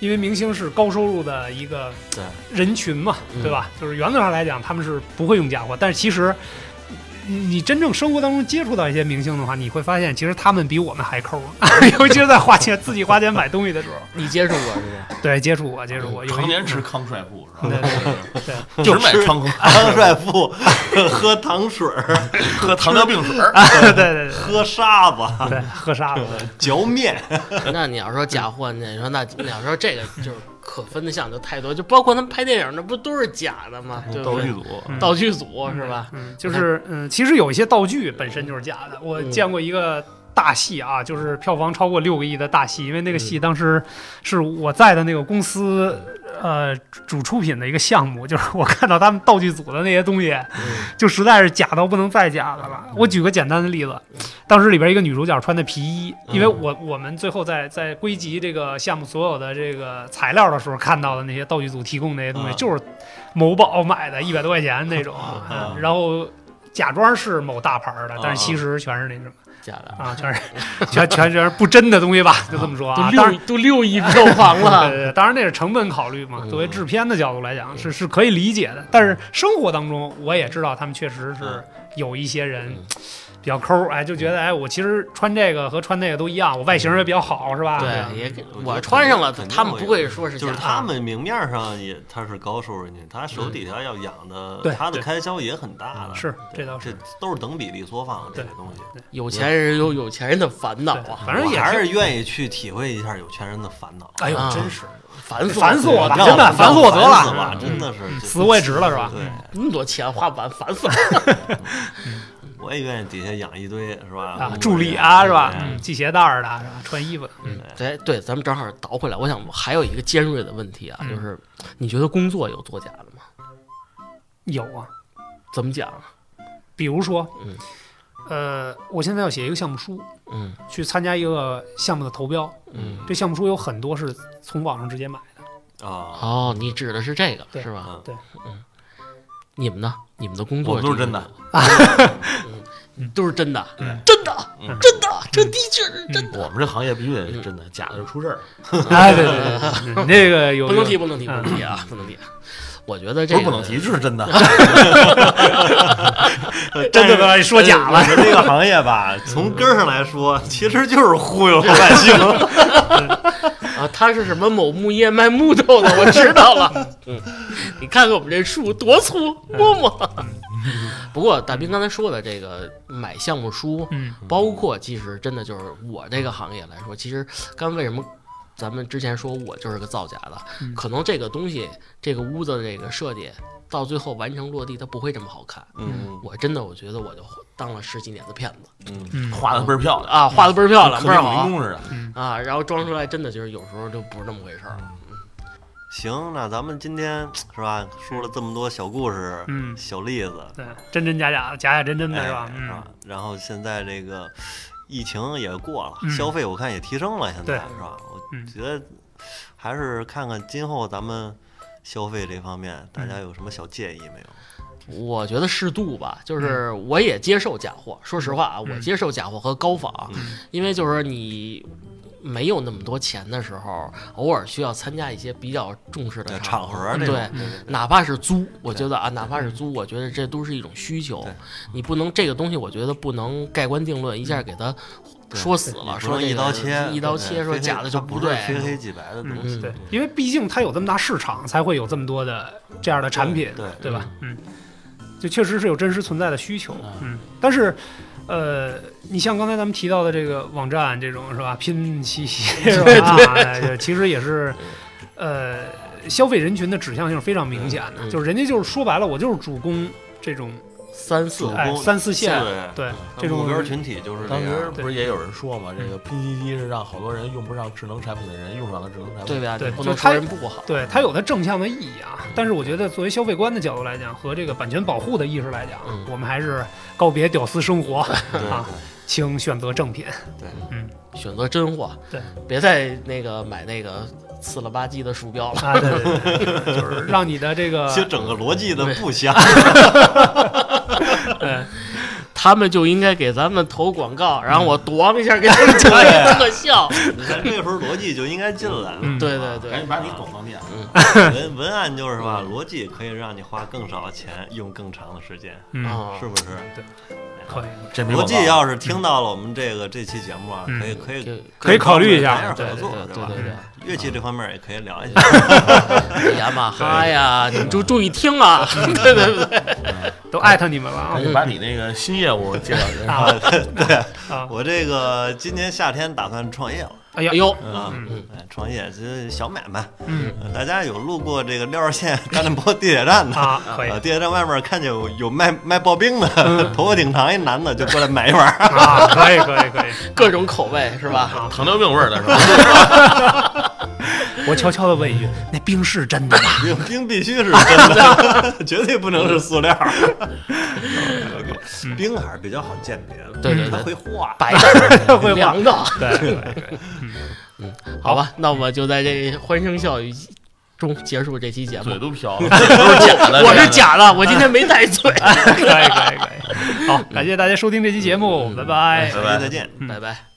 S2: 因为明星是高收入的一个
S3: 对
S2: 人群嘛，
S1: 嗯
S2: 对吧？就是原则上来讲，他们是不会用假货，但是其实你你真正生活当中接触到一些明星的话，你会发现其实他们比我们还抠， *laughs* 尤其是在花钱自己花钱买东西的时候。嗯
S1: 你接触过是吧？
S2: 对，接触过，接触过，有一
S4: 常年吃康帅傅
S2: *laughs*
S4: 是
S2: 对
S4: 吧？
S2: 对对，
S4: 只买嗯 *laughs* 康
S3: 康帅傅喝糖
S2: *laughs*
S3: 水儿，
S4: *laughs* 喝糖尿病水儿，
S2: 对
S4: *laughs*
S2: 对 *laughs* 对对
S3: 喝沙子，
S2: 对，喝沙子，
S3: 嚼面，
S1: *laughs* 那你要说假货，你说那你要说这个就是可分的项就太多，就包括他们拍电影，那不都是假的吗？对不
S4: 嗯道具
S1: 对？
S4: 组
S1: 道具组是吧？
S2: 嗯，就是嗯，其实有一些道具本身就是假的。我见过一个大戏啊，就是票房超过六个亿的大戏，因为那个戏当时是我在的那个公司。呃，主出品的一个项目，就是我看到他们道具组的那些东西，
S1: 嗯
S2: 就实在是假到不能再假的了。我举个简单的例子，当时里边一个女主角穿的皮衣，因为我我们最后在在归集这个项目所有的这个材料的时候看到的那些道具组提供那些东西，
S3: 嗯
S2: 就是某宝买的一百多块钱那种，
S3: 嗯
S2: 然后。假装是某大牌的
S3: 嗯，
S2: 但是其实全是那什么
S1: 假的。
S2: 啊，全是全全全是不真的东西吧，就这么说
S1: 都
S2: 啊。当然
S1: 六都六亿票房
S2: 对
S1: 了，
S2: 对对，当然那是成本考虑嘛。
S1: 嗯
S2: 作为制片的角度来讲，是是可以理解的。但是生活当中，我也知道他们确实是
S3: 嗯
S2: 有一些人
S1: 嗯
S2: 比较抠，哎，就觉得哎，我其实穿这个和穿那个都一样，我外形也比较好，是吧？
S1: 对，也给
S3: 我觉得
S1: 我穿上了，
S3: 肯定
S1: 他们
S3: 会
S1: 不
S3: 有
S1: 会说是
S3: 就
S1: 假
S3: 是
S1: 的。
S3: 他们明面上也他是高收入人群，他手底下要养的
S2: 对，
S3: 他的
S2: 嗯对
S3: 开销也很大的，
S2: 是
S3: 对
S2: 这倒是
S3: 这都是等比例缩放的这
S2: 对
S3: 个东西。
S1: 有钱人有有钱人的烦恼啊，
S2: 反正
S3: 我
S2: 也
S3: 还
S2: 是，
S3: 是愿意去体会一下有钱人的烦恼。
S2: 哎呦
S1: 啊，
S2: 真是
S1: 烦死
S2: 烦死我
S1: 了！
S2: 了
S3: 让
S2: 真的
S3: 让
S2: 烦死我得了
S3: 死了，
S1: 嗯
S3: 真的是
S2: 嗯
S3: 这
S2: 死我也值了是吧
S3: 对，
S1: 那么多钱花完，烦死了。
S3: 我也愿意底下养一堆是吧？哎
S2: 啊
S3: 工，作
S2: 助
S3: 人
S2: 理
S3: 员
S2: 啊，是吧？
S3: 对
S2: 嗯，系鞋带儿的，是吧？穿衣服的，
S1: 嗯对对，咱们正好倒回来，我想还有一个尖锐的问题啊，
S2: 嗯
S1: 就是你觉得工作有作假的吗？
S2: 有啊。
S1: 怎么讲啊？
S2: 比如说
S1: 嗯，
S2: 呃，我现在要写一个项目书，
S1: 嗯
S2: 去参加一个项目的投标，
S1: 嗯，
S2: 这项目书有很多是从网上直接买的。
S3: 啊，
S1: 哦，你指的是这个
S2: 对
S1: 是吧？
S3: 嗯
S2: 对，
S1: 嗯，你们呢？你们的工
S3: 我
S1: 作
S3: 们都是真的，
S1: 嗯，都是真的，
S2: 嗯
S1: 真的
S3: 嗯，
S1: 真的，这的确是真的。
S4: 我们这行业必须得
S1: 嗯
S4: 是真的，假的就出事儿，
S2: 哎，对对对对，那个有
S1: 不能提，不能提，不
S2: 嗯
S1: 能提啊，不能提。我觉得
S4: 不
S1: 这
S4: 是不能
S1: 个
S4: 提，就是
S1: *laughs*
S4: 真的。 *laughs*
S2: 真的吧说假了
S3: 但是我们这个行业
S1: *laughs*
S3: 吧，从根儿上来说，其实就是忽悠老百姓。
S1: 啊，他是什么某木业卖木头的，我知道了。嗯，你看看我们这树多粗，摸摸。 *laughs* 不过大兵刚才说的这个买项目书，
S2: 嗯
S1: 包括其实真的就是我这个行业来说，其实刚为什么？咱们之前说我就是个造假的，
S2: 嗯
S1: 可能这个东西，这个屋子的这个设计，到最后完成落地，它不会这么好看。
S3: 嗯
S1: 我真的，我觉得我就当了十几年的骗子
S3: 嗯，
S2: 嗯，
S4: 画的倍儿漂亮，
S1: 啊，画的倍儿漂亮，
S4: 和
S1: 倍儿
S4: 那
S1: 好
S4: 民工似的。
S1: 啊，然后装出来真的就是有时候就不是那么回事儿。
S3: 行，那咱们今天是吧，说了这么多小故事，
S2: 嗯
S3: 小例子，
S2: 对，真真假假，假假真真的
S3: 哎
S2: 是吧？
S3: 是
S2: 嗯
S3: 吧，？然后现在这个疫情也过了，
S2: 嗯
S3: 消费我看也提升了，现在
S2: 对
S3: 是吧？我
S2: 嗯
S3: 觉得还是看看今后咱们消费这方面，大
S2: 嗯
S3: 家有什么小建议没有？
S1: 我觉得适度
S3: 嗯
S1: 吧，就是我也接受假货。说实话啊，我接受假货和高仿，啊
S3: 嗯
S1: 因为就是你没有那么多钱的时候，偶尔需要参加一些比较重视的
S3: 呃场合
S1: 合
S3: 这种，
S1: 嗯对。
S3: 对
S1: 哪怕是租，我觉得啊，哪怕是租，我觉得这都是一种需求
S3: 对。
S1: 你不能这个东西，我觉得不能盖棺定论，一下给它
S3: 嗯
S1: 说死了，
S3: 说
S1: 说
S3: 一
S1: 这个
S3: 刀切，
S1: 一刀切，
S3: 对
S1: 说
S3: 非黑
S1: 假的就
S3: 它不是
S1: 对。
S3: 非黑即白的东西。
S2: 嗯，对，因为毕竟它有这么大市场，才会有这么多的这样的产品，
S3: 对
S2: 对吧？嗯，就确实是有真实存在的需求，嗯，但是。呃，你像刚才咱们提到的这个网站，这种是吧？拼夕夕是吧？啊哎对其实也是，呃，消费人群的指向性非常明显的，
S1: 嗯
S2: 就是人家就是说白了，我就是主攻这种
S1: 三四
S3: 主
S2: 哎
S3: 攻
S2: 三四线，
S3: 对
S2: 对
S3: 它
S2: 这种
S3: 目标群体就是这
S4: 当时
S3: 样。
S4: 不是也有人说嘛，这个拼夕夕是让好多人用不上智能产品的人用上了智能产品。
S1: 对吧？
S2: 对
S1: 你不
S2: 就
S1: 能
S2: 他
S1: 说人不好。
S2: 对它有它正向的意义啊，但是我觉得作为消费观的角度来讲，和这个版权保护的意识来讲，
S1: 嗯
S2: 我们还是告别屌丝生活
S3: 对
S2: 啊，请选择正品。
S1: 选择真货，
S2: 对，
S1: 别再那个买那个次了吧唧的鼠标了。
S2: *laughs* 啊，对对对对，就是 *laughs* 让你的这个
S3: 其实整个逻辑的
S1: 对
S3: 不
S1: *laughs*
S3: 像，
S2: 对
S1: 他们就应该给咱们投广告，然后我
S2: 嗯
S1: 咣一下给他们 *laughs* 加一特效。
S3: 咱这时候逻辑就应该进来了。
S2: 嗯
S1: 对对对
S4: 赶紧把你广告灭了。
S1: 嗯，
S3: 文文案就是吧，逻辑可以让你花更少的钱，用更长的时间，
S2: 嗯，
S1: 啊
S3: 是，不是？
S2: 可以，
S4: 这没
S3: 逻
S4: 广告
S3: 辑要是听到了我们这个这期节目啊，
S2: 嗯
S3: 可以可以
S1: 这
S2: 可以考虑一
S3: 跟
S2: 下
S3: 咱
S1: 对
S3: 们合
S1: 对
S3: 作，
S1: 对
S3: 吧
S1: 对？对嗯
S3: 乐器这方面也可以聊一下。 *laughs*
S1: 对，哎雅马哈呀，你们就注意听啊，对对对，
S2: 都艾特你们了啊
S4: 那就把你那个新业务介绍给
S2: 啊啊！
S3: 我这个今年夏天打算创业了
S2: 哎
S1: 哎
S2: 呀，
S1: 呦，
S3: 啊
S1: 嗯，
S3: 哎创业这小买卖，
S2: *laughs* 嗯
S3: 呃大家有路过这个廖二 *laughs* 县大震波地铁站的？
S2: 啊，
S1: 哎
S2: 可以
S3: 啊，地铁站外面看见有有卖卖刨冰的，头发挺长一男的，就过来买一碗儿。 *laughs*
S2: 啊，可以可以可以，
S1: 各种口味是吧？
S4: 糖尿病味儿的是吧？
S2: 我悄悄的问一句，那冰是真的吗？
S3: 冰冰必须是真的， *laughs* 绝对不能是塑料。冰还是比较好鉴别的，
S1: 嗯对对
S3: 它
S1: 对
S3: 会化。
S1: 白的
S2: *laughs* 会吧
S1: 凉的，
S2: 对对对，
S1: 好吧，那我就在这欢声笑语中结束这期节目
S4: 嘴。都瓢了， *laughs* 都是假的，
S1: 我是
S4: 这个
S1: 假的，我今天没
S3: *laughs*
S1: 带嘴，
S2: 嗯可以可以可以。好，感谢大家收听这期节目，拜拜。
S1: 嗯
S3: 下期再见。
S1: 拜拜。